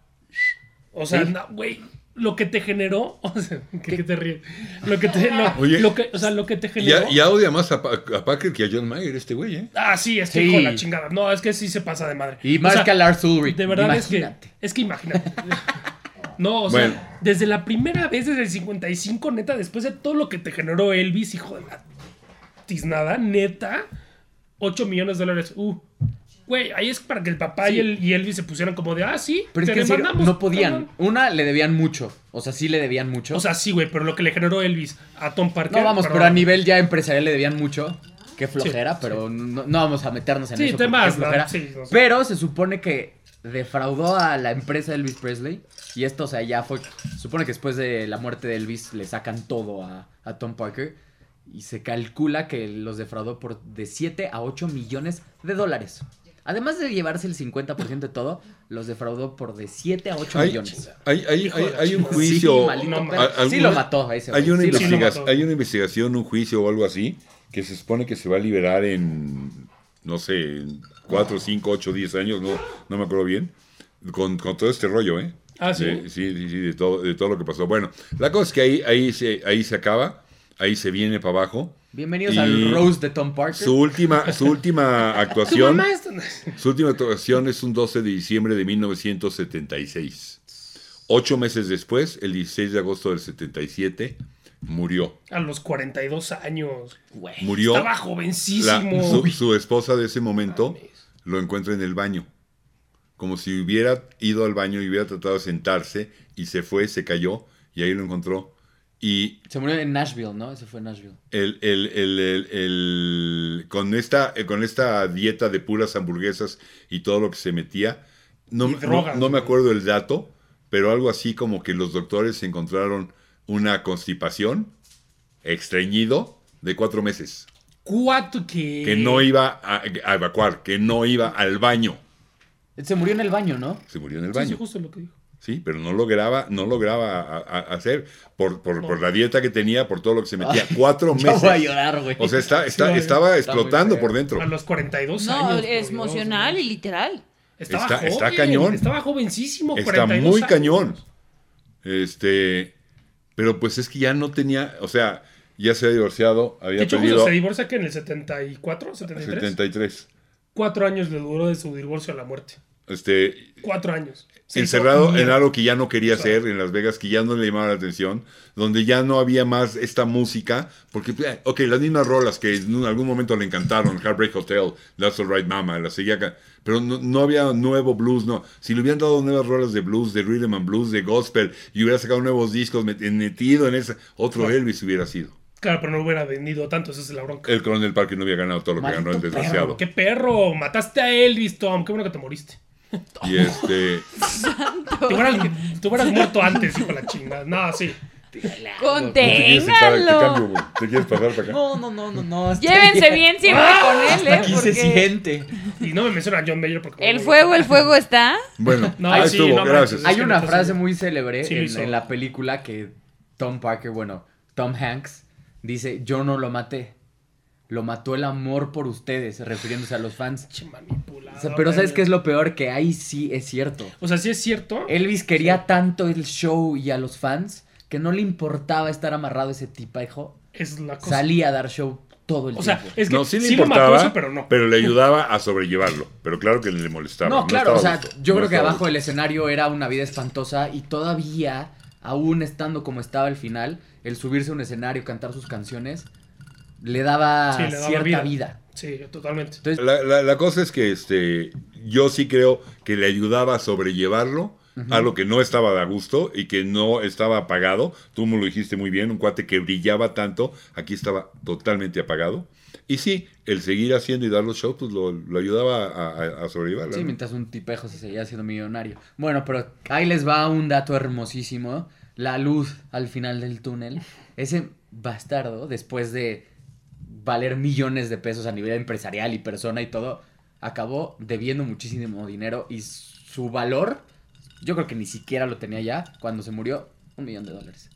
Speaker 3: O sea,
Speaker 2: Sí.
Speaker 3: na- güey, lo que te generó. O sea, que, que te ríes. Lo que te. Lo,
Speaker 1: Oye.
Speaker 3: lo que, o sea, lo que te generó.
Speaker 1: Ya, ya odia más a, Pa- a Packer que a John Mayer, este güey, ¿eh?
Speaker 3: Ah, sí, es que
Speaker 2: Sí.
Speaker 3: hijo de la chingada. No, es que sí se pasa de madre.
Speaker 2: Y
Speaker 3: O
Speaker 2: más
Speaker 3: sea,
Speaker 2: que a Lars Ulrich.
Speaker 3: De verdad
Speaker 2: imagínate.
Speaker 3: es que. Es que imagínate. No, o
Speaker 1: Bueno.
Speaker 3: sea, desde la primera vez, desde el 55, neta, después de todo lo que te generó Elvis, hijo de la tiznada, neta, 8 millones de dólares. Uh, güey, ahí es para que el papá y,
Speaker 2: Sí.
Speaker 3: el, y Elvis se pusieran como de, ah, sí,
Speaker 2: Pero es
Speaker 3: te
Speaker 2: que en serio,
Speaker 3: demandamos,
Speaker 2: no podían.
Speaker 3: cabrón".
Speaker 2: Una, le debían mucho. O sea, sí le debían mucho.
Speaker 3: O sea, sí, güey, pero lo que le generó Elvis a Tom Parker.
Speaker 2: no vamos, pero
Speaker 3: perdón.
Speaker 2: a nivel ya empresarial le debían mucho. Qué flojera, pero no, no vamos a meternos en
Speaker 3: Sí,
Speaker 2: eso. porque
Speaker 3: temas,
Speaker 2: qué
Speaker 3: ¿no?
Speaker 2: flojera.
Speaker 3: Sí, no sé.
Speaker 2: Pero se supone que defraudó a la empresa de Elvis Presley. Y esto, o sea, ya fue. Se supone que después de la muerte de Elvis le sacan todo a, a Tom Parker. Y se calcula que los defraudó por de 7 a 8 millones de dólares. Además de llevarse el 50% de todo, los defraudó por de 7 a 8
Speaker 1: Hay,
Speaker 2: millones.
Speaker 1: hay, hay, hay, hay un
Speaker 2: Sí,
Speaker 1: juicio.
Speaker 2: maldito
Speaker 3: no,
Speaker 2: perro.
Speaker 1: a- alguna-
Speaker 2: sí lo mató ese güey,
Speaker 1: Hay una,
Speaker 2: sí lo
Speaker 3: investiga-
Speaker 1: investiga-
Speaker 3: sí lo mató.
Speaker 1: hay una investigación, un juicio o algo así, que se supone que se va a liberar en, no sé, en 4, 5, 8, 10 años, no, no me acuerdo bien, con, con todo este rollo, ¿eh?
Speaker 3: Ah, ¿sí?
Speaker 1: De- sí, sí, sí, de todo, de todo lo que pasó. Bueno, la cosa es que ahí, ahí, se, ahí se acaba, ahí se viene para abajo.
Speaker 2: Bienvenidos
Speaker 1: Y
Speaker 2: al Rose de Tom Parker.
Speaker 1: Su última, su última
Speaker 3: Tu
Speaker 1: actuación.
Speaker 3: mamá es-
Speaker 1: Su última actuación es un 12 de diciembre de 1976. Ocho meses después, el 16 de agosto del 77, murió.
Speaker 3: A los 42 años.
Speaker 2: Güey.
Speaker 1: Murió.
Speaker 3: Estaba
Speaker 1: La-
Speaker 3: jovencísimo.
Speaker 1: su,
Speaker 3: Uy.
Speaker 1: su esposa de ese momento lo encuentra en el baño. Como si hubiera ido al baño y hubiera tratado de sentarse y se fue, se cayó y ahí lo encontró. Y
Speaker 2: Se murió en Nashville, ¿no? Ese fue en Nashville.
Speaker 1: el, el- el- el- el- con, esta, eh, con esta dieta de puras hamburguesas y todo lo que se metía, no,
Speaker 3: Y
Speaker 1: no-
Speaker 3: drogas,
Speaker 1: no me
Speaker 3: güey.
Speaker 1: acuerdo el dato, pero algo así como que los doctores encontraron una constipación, estreñido, de cuatro meses
Speaker 3: Cuatro que.
Speaker 1: que no iba a, a evacuar, que no iba al baño.
Speaker 2: Se murió en el baño, ¿no?
Speaker 1: Se murió en el
Speaker 3: Sí, sí,
Speaker 1: baño.
Speaker 3: justo lo que dijo.
Speaker 1: Sí, pero no lograba, no lograba a- a- hacer por, por- por la dieta que tenía, por todo lo que se metía. Cuatro
Speaker 2: Ya
Speaker 1: meses.
Speaker 2: voy a llorar, güey.
Speaker 1: O sea, está- está-
Speaker 3: Sí, no,
Speaker 1: estaba
Speaker 2: está muy
Speaker 1: explotando
Speaker 2: feo.
Speaker 1: por dentro.
Speaker 3: A los 42
Speaker 6: No,
Speaker 3: años.
Speaker 6: es
Speaker 3: por Dios,
Speaker 6: emocional y literal.
Speaker 3: Estaba
Speaker 1: Está-
Speaker 3: joven,
Speaker 1: está cañón.
Speaker 3: Estaba jovencísimo.
Speaker 1: Está
Speaker 3: 42
Speaker 1: muy
Speaker 3: años.
Speaker 1: cañón. Este, pero pues es que ya no tenía, o sea, ya se había divorciado, había
Speaker 3: De hecho,
Speaker 1: perdido
Speaker 3: cuando se divorcia que en el 74, 73.
Speaker 1: 73.
Speaker 3: Cuatro años le duró de su divorcio a la muerte.
Speaker 1: Este,
Speaker 3: Cuatro años. Se
Speaker 1: encerrado
Speaker 3: hizo
Speaker 1: en
Speaker 3: mierda.
Speaker 1: algo que ya no quería
Speaker 3: Claro.
Speaker 1: hacer en Las Vegas, que ya no le llamaba la atención, donde ya no había más esta música, porque, eh, ok, las mismas rolas que en algún momento le encantaron, Heartbreak Hotel, That's Alright Mama, la seguía acá, pero no, no había nuevo blues, no. Si le hubieran dado nuevas rolas de blues, de rhythm and blues, de gospel, y hubiera sacado nuevos discos, met- metido en esa, otro Elvis hubiera sido.
Speaker 3: Claro, pero no hubiera vendido tanto, esa es la bronca.
Speaker 1: El coronel Parker no había ganado todo lo que
Speaker 2: Maldito
Speaker 1: ganó el
Speaker 2: perro,
Speaker 1: desgraciado.
Speaker 3: ¡Qué perro! Mataste a Elvis, Tom. Qué bueno que te moriste.
Speaker 1: Y este,
Speaker 3: Te hubieras, te hubieras muerto antes, hijo de la chingada. No, sí.
Speaker 1: te quieres sentar, te
Speaker 2: pues,
Speaker 1: cambio,
Speaker 6: ¡Conténgalo!
Speaker 1: güey. te quieres pasar para acá.
Speaker 2: No, no, no, no, no. hasta
Speaker 6: Llévense
Speaker 2: ahí-
Speaker 6: bien siempre con él,
Speaker 2: Hasta
Speaker 6: ¿eh?
Speaker 2: Ah, aquí se
Speaker 6: Porque
Speaker 2: siente.
Speaker 3: Y no me menciona a John Mayer porque.
Speaker 6: el fuego, el fuego está.
Speaker 1: Bueno,
Speaker 3: No,
Speaker 1: ahí
Speaker 3: sí,
Speaker 1: estuvo,
Speaker 3: no
Speaker 1: gracias.
Speaker 3: manches.
Speaker 2: Hay
Speaker 3: que
Speaker 2: una
Speaker 3: no estás
Speaker 2: frase
Speaker 3: seguro.
Speaker 2: muy célebre
Speaker 3: Sí, lo
Speaker 2: en,
Speaker 3: hizo.
Speaker 2: en la película que Tom Parker, bueno, Tom Hanks dice, yo no lo maté, lo mató el amor por ustedes, refiriéndose a los fans.
Speaker 3: Pinche manipulado,
Speaker 2: O sea, pero ¿sabes
Speaker 3: güey.
Speaker 2: qué es lo Eh, peor? Que ahí sí es cierto.
Speaker 3: O sea, sí es cierto.
Speaker 2: Elvis quería tanto el show y a los fans que no le importaba estar amarrado a ese tipajo.
Speaker 3: Es la cosa.
Speaker 2: Salía a dar show todo el
Speaker 3: O sea,
Speaker 2: tiempo.
Speaker 3: es que
Speaker 1: no, sí
Speaker 3: sí,
Speaker 1: le
Speaker 3: lo
Speaker 1: importaba,
Speaker 3: mató eso, pero no.
Speaker 1: le ayudaba a sobrellevarlo. Pero claro que le molestaba.
Speaker 2: No, claro, o
Speaker 1: estaba
Speaker 2: sea,
Speaker 1: gusto,
Speaker 2: yo
Speaker 1: no
Speaker 2: creo que
Speaker 1: estaba
Speaker 2: abajo
Speaker 1: gusto.
Speaker 2: del escenario era una vida espantosa y todavía, aún estando como estaba al final, el subirse a un escenario, cantar sus canciones, le daba,
Speaker 3: Sí, le daba
Speaker 2: cierta vida.
Speaker 3: vida. Sí, totalmente.
Speaker 2: Entonces,
Speaker 1: La, la- la cosa es que este, yo sí creo que le ayudaba a sobrellevarlo. Algo que no estaba de gusto y que no estaba apagado. Tú me lo dijiste muy bien, un cuate que brillaba tanto, aquí estaba totalmente apagado. Y sí, el seguir haciendo y dar los shows, pues lo, lo ayudaba a, a- a sobrellevarlo.
Speaker 2: sí,
Speaker 1: ¿no?
Speaker 2: mientras un tipejo se seguía siendo millonario. Bueno, pero ahí les va un dato hermosísimo. La luz al final del túnel. Ese bastardo, después de valer millones de pesos a nivel empresarial y persona y todo, acabó debiendo muchísimo dinero y su valor, yo creo que ni siquiera lo tenía ya cuando se murió, un millón de dólares.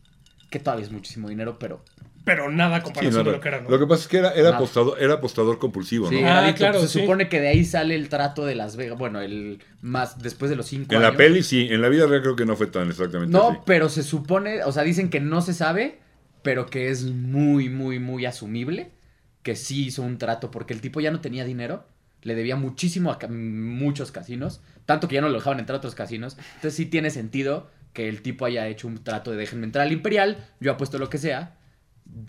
Speaker 2: Que todavía es muchísimo dinero, pero...
Speaker 3: Pero nada
Speaker 1: Sí,
Speaker 3: comparación
Speaker 1: no,
Speaker 3: de lo que era, ¿no?
Speaker 1: Lo que pasa es que era, era
Speaker 2: Nada.
Speaker 1: apostador, era apostador compulsivo,
Speaker 2: Sí,
Speaker 1: ¿no?
Speaker 3: Ah,
Speaker 2: Gabito,
Speaker 3: claro,
Speaker 2: pues se
Speaker 3: sí.
Speaker 2: supone que de ahí sale el trato de Las Vegas, bueno, el más después de los cinco
Speaker 1: En la
Speaker 2: años.
Speaker 1: peli sí, en la vida real creo que no fue tan exactamente
Speaker 2: No,
Speaker 1: así.
Speaker 2: pero se supone, o sea, dicen que no se sabe, pero que es muy, muy, muy asumible que sí hizo un trato, porque el tipo ya no tenía dinero, le debía muchísimo a ca- muchos casinos, tanto que ya no lo dejaban entrar a otros casinos, entonces sí tiene sentido que el tipo haya hecho un trato de déjenme entrar al Imperial, yo apuesto lo que sea,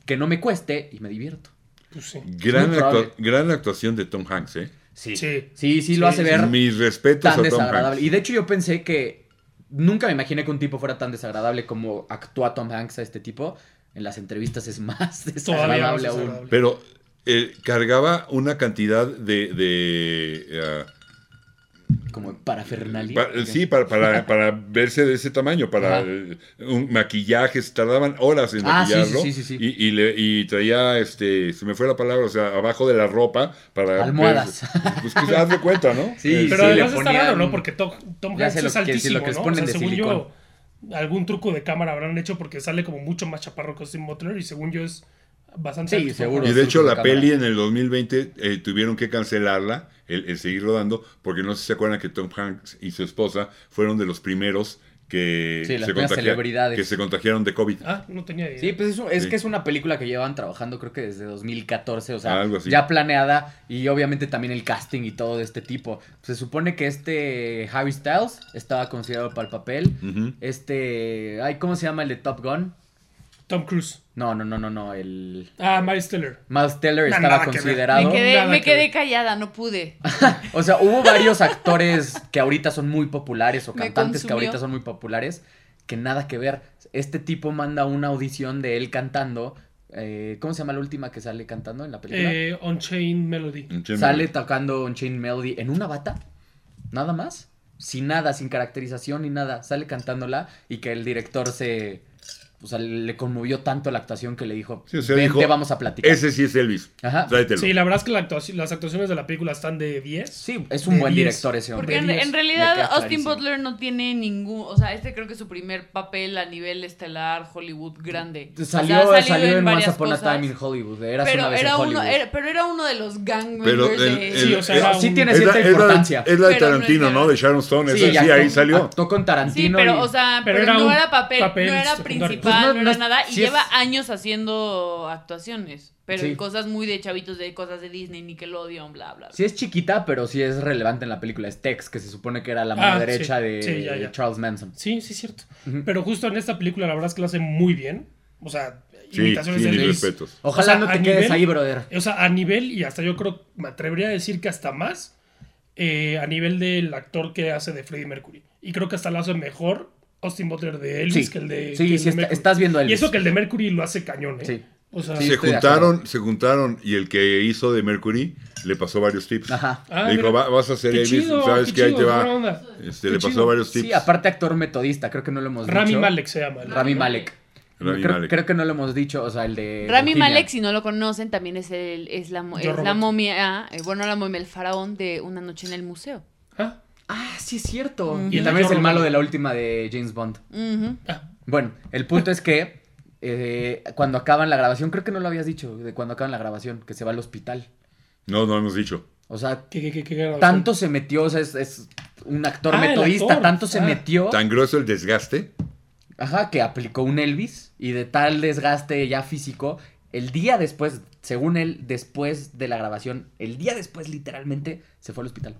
Speaker 2: que no me cueste y me divierto.
Speaker 3: Pues sí.
Speaker 1: Gran,
Speaker 2: muy probable.
Speaker 1: actua- gran actuación de Tom Hanks, ¿eh?
Speaker 2: Sí, sí,
Speaker 3: Sí.
Speaker 2: sí, lo
Speaker 3: Sí,
Speaker 2: hace
Speaker 3: sí.
Speaker 2: ver
Speaker 1: Mis respetos
Speaker 2: tan
Speaker 1: a Este Tom
Speaker 2: desagradable.
Speaker 1: Hanks.
Speaker 2: Y de hecho yo pensé que nunca me imaginé que un tipo fuera tan desagradable como actúa Tom Hanks a este tipo. En las entrevistas es más
Speaker 3: Todavía más
Speaker 2: desagradable aún.
Speaker 3: desagradable.
Speaker 1: Pero eh, cargaba una cantidad de... de,
Speaker 2: Como
Speaker 1: eh,
Speaker 2: parafernalia.
Speaker 1: pa- sí, para, para- para verse de ese tamañaje, para
Speaker 2: Ajá.
Speaker 1: eh, un maquillaje, se tardaban horas en
Speaker 2: Ah, sí, sí,
Speaker 1: maquillarlo
Speaker 2: sí, sí, sí.
Speaker 1: Y, y le- y traía, este, se me fue la palabra, o sea, abajo de la ropa para...
Speaker 2: Almohadas.
Speaker 1: verse. Pues, pues, haz de cuenta, ¿no?
Speaker 2: Sí,
Speaker 1: Este,
Speaker 2: sí,
Speaker 3: Pero
Speaker 2: le
Speaker 3: además está
Speaker 2: ponían-
Speaker 3: raro, ¿no? Porque Tom, Tom
Speaker 2: Ya
Speaker 3: Hanks
Speaker 2: sé lo
Speaker 3: es
Speaker 2: que quiere decir,
Speaker 3: altísimo,
Speaker 2: lo que les
Speaker 3: ¿no?
Speaker 2: ponen
Speaker 3: o sea,
Speaker 2: de
Speaker 3: según
Speaker 2: silicón.
Speaker 3: yo, algún truco de cámara habrán hecho porque sale como mucho más chaparro que Austin Butler y según yo es bastante.
Speaker 2: Sí,
Speaker 3: altos.
Speaker 2: seguro.
Speaker 1: Y de
Speaker 2: sí,
Speaker 1: hecho,
Speaker 2: con
Speaker 1: la
Speaker 2: cámara.
Speaker 1: peli en el 2020 eh, tuvieron que cancelarla, el, el seguir rodando, porque no sé si se acuerdan que Tom Hanks y su esposa fueron de los primeros que,
Speaker 2: Sí, las
Speaker 1: se,
Speaker 2: primeras
Speaker 1: contagia-
Speaker 2: celebridades.
Speaker 1: que se contagiaron de COVID.
Speaker 3: Ah, no tenía idea.
Speaker 2: Sí, pues es, un- es
Speaker 1: Sí.
Speaker 2: que es una película que llevan trabajando creo que desde 2014, o sea,
Speaker 1: Algo así.
Speaker 2: ya planeada y obviamente también el casting y todo de este tipo. Se supone que este Harry Styles estaba considerado para el papel.
Speaker 1: Ujú.
Speaker 2: Este, ay, ¿cómo se llama el de Top Gun?
Speaker 3: Tom Cruise.
Speaker 2: No, no, no, no, no, el
Speaker 3: Ah, Miles Teller.
Speaker 2: Miles Teller
Speaker 3: Na-
Speaker 2: estaba
Speaker 3: nada que ver.
Speaker 2: considerado.
Speaker 6: Me quedé,
Speaker 3: Nada
Speaker 6: me
Speaker 3: que
Speaker 6: quedé
Speaker 3: ver.
Speaker 6: callada, no pude.
Speaker 2: O sea, hubo varios actores que ahorita son muy populares o
Speaker 6: Me
Speaker 2: cantantes que
Speaker 6: consumió.
Speaker 2: ahorita son muy populares que nada que ver. Este tipo manda una audición de él cantando. eh, ¿Cómo se llama la última que sale cantando en la película?
Speaker 3: Eh, Unchained Melody.
Speaker 1: Entonces,
Speaker 2: Sale tocando Unchained Melody en una bata, nada más, sin nada, sin caracterización ni nada. Sale cantándola y que el director se. O sea, le conmovió tanto la actuación que le dijo:
Speaker 1: Sí, o sea,
Speaker 2: Vente,
Speaker 1: dijo,
Speaker 2: vamos a platicar.
Speaker 1: Ese sí es Elvis.
Speaker 2: Ajá.
Speaker 1: Tráetelo.
Speaker 3: Sí, la verdad es que la actuaci- las actuaciones de la película están de 10.
Speaker 2: Sí, es un
Speaker 3: de
Speaker 2: buen
Speaker 3: 10.
Speaker 2: director ese hombre.
Speaker 6: Porque en,
Speaker 3: Dios,
Speaker 6: en
Speaker 3: me
Speaker 2: queda
Speaker 6: realidad Austin
Speaker 2: clarísimo.
Speaker 6: Butler no tiene ningún, o sea, este creo que es su primer papel a nivel estelar Hollywood grande. O sea, ha
Speaker 2: Salió,
Speaker 6: salido
Speaker 2: salió en Once
Speaker 6: varias
Speaker 2: Upon a
Speaker 6: cosas,
Speaker 2: Time in Hollywood. eh, Eras
Speaker 6: pero
Speaker 2: una vez
Speaker 6: era
Speaker 2: en
Speaker 6: uno,
Speaker 2: Hollywood.
Speaker 6: era- pero era uno de los gang
Speaker 1: Pero
Speaker 6: members
Speaker 1: el-
Speaker 6: de-
Speaker 1: el-
Speaker 3: Sí, o sea,
Speaker 1: es-
Speaker 3: era
Speaker 2: Sí,
Speaker 3: un-
Speaker 2: tiene
Speaker 1: es, la,
Speaker 2: cierta
Speaker 1: es la-
Speaker 2: importancia.
Speaker 1: es la de
Speaker 6: Pero no es
Speaker 1: Tarantino,
Speaker 6: de-
Speaker 1: ¿no? De Sharon Stone.
Speaker 2: Sí,
Speaker 1: esa,
Speaker 2: y
Speaker 1: sí, ahí
Speaker 2: actuó-
Speaker 1: salió.
Speaker 2: Actuó con
Speaker 6: Sí,
Speaker 2: Tarantino.
Speaker 6: pero,
Speaker 2: y-
Speaker 6: o sea,
Speaker 3: Pero
Speaker 6: pero,
Speaker 3: era
Speaker 6: no
Speaker 3: un
Speaker 6: era papel,
Speaker 3: papel
Speaker 6: no era
Speaker 3: secundario.
Speaker 6: principal,
Speaker 2: Pues no,
Speaker 6: no,
Speaker 2: no
Speaker 6: era
Speaker 2: es-
Speaker 6: nada. Y
Speaker 2: sí es-
Speaker 6: lleva años haciendo actuaciones, pero
Speaker 2: Sí.
Speaker 6: en cosas muy de chavitos, de cosas de Disney, Nickelodeon, bla, bla. bla.
Speaker 2: Sí es chiquita, pero sí es relevante en la película. Es Tex, que se supone que era la mano
Speaker 3: Ah, sí.
Speaker 2: derecha de
Speaker 3: Sí, ya, ya.
Speaker 2: Charles Manson.
Speaker 3: Sí, sí, es cierto.
Speaker 2: Ujú.
Speaker 3: Pero justo en esta película, la verdad es que lo hace muy bien. O sea,
Speaker 1: Sí,
Speaker 3: imitaciones
Speaker 1: sí,
Speaker 3: de
Speaker 1: mis
Speaker 3: Elvis.
Speaker 1: respetos.
Speaker 2: Ojalá
Speaker 3: O sea,
Speaker 2: no te
Speaker 3: a
Speaker 2: quedes
Speaker 3: nivel-
Speaker 2: ahí, brother.
Speaker 3: O sea, a nivel, y hasta yo creo, me atrevería a decir que hasta más, eh, a nivel del actor que hace de Freddie Mercury. Y creo que hasta lo hace mejor Austin Butler de Elvis
Speaker 2: Sí.
Speaker 3: que el de.
Speaker 2: Sí,
Speaker 3: que el
Speaker 2: sí,
Speaker 3: de
Speaker 2: está-
Speaker 3: Mercury.
Speaker 2: estás viendo a
Speaker 3: Y
Speaker 2: Elvis.
Speaker 3: eso que el de Mercury lo hace cañón, ¿eh?
Speaker 2: Sí.
Speaker 3: O sea,
Speaker 2: Sí.
Speaker 1: se
Speaker 2: estoy de
Speaker 1: juntaron, se juntaron y el que hizo de Mercury le pasó varios tips.
Speaker 2: Ajá.
Speaker 3: Ah,
Speaker 1: le dijo,
Speaker 3: mira.
Speaker 1: "Va- vas a hacer
Speaker 3: Qué
Speaker 1: Elvis,
Speaker 3: chido,
Speaker 1: sabes
Speaker 3: qué
Speaker 1: que ahí
Speaker 3: chido,
Speaker 1: te
Speaker 3: buena
Speaker 1: va.
Speaker 3: onda.
Speaker 1: Este,
Speaker 3: Qué
Speaker 1: le pasó
Speaker 3: chido.
Speaker 1: varios tips.
Speaker 2: Sí, aparte actor metodista, creo que no lo hemos
Speaker 3: pues. Rami
Speaker 2: dicho. Ah.
Speaker 3: Malek se llama. ¿no?
Speaker 2: Rami Malek.
Speaker 1: Rami
Speaker 2: creo,
Speaker 1: Malek.
Speaker 2: creo que no lo hemos dicho, o sea, el de...
Speaker 6: Rami
Speaker 2: Bohemian.
Speaker 6: Malek, si no lo conocen, también es, el, es, la, mo-
Speaker 3: Yo,
Speaker 6: es la
Speaker 3: Robot.
Speaker 6: momia, eh, bueno, la momia, el faraón de Una noche en el museo.
Speaker 3: Ah,
Speaker 2: Ah, sí es cierto.
Speaker 6: Ujú.
Speaker 2: Y también es el
Speaker 3: Yo,
Speaker 2: malo
Speaker 3: Robot.
Speaker 2: de la última de James Bond.
Speaker 6: Ujú.
Speaker 3: ah,
Speaker 2: Bueno, el punto es que eh, cuando acaban la grabación, creo que no lo habías dicho, de cuando acaban la grabación, que se va al hospital.
Speaker 1: No, no hemos dicho.
Speaker 2: O sea,
Speaker 3: qué, qué, qué, qué grado.
Speaker 2: tanto se metió, o sea, es, es un actor
Speaker 3: Ah, el
Speaker 2: metodista,
Speaker 3: actor.
Speaker 2: tanto se
Speaker 3: Ah.
Speaker 2: metió,
Speaker 1: Tan grueso el desgaste.
Speaker 2: ajá, que aplicó un Elvis y de tal desgaste ya físico, el día después, según él, después de la grabación, el día después literalmente se fue al hospital.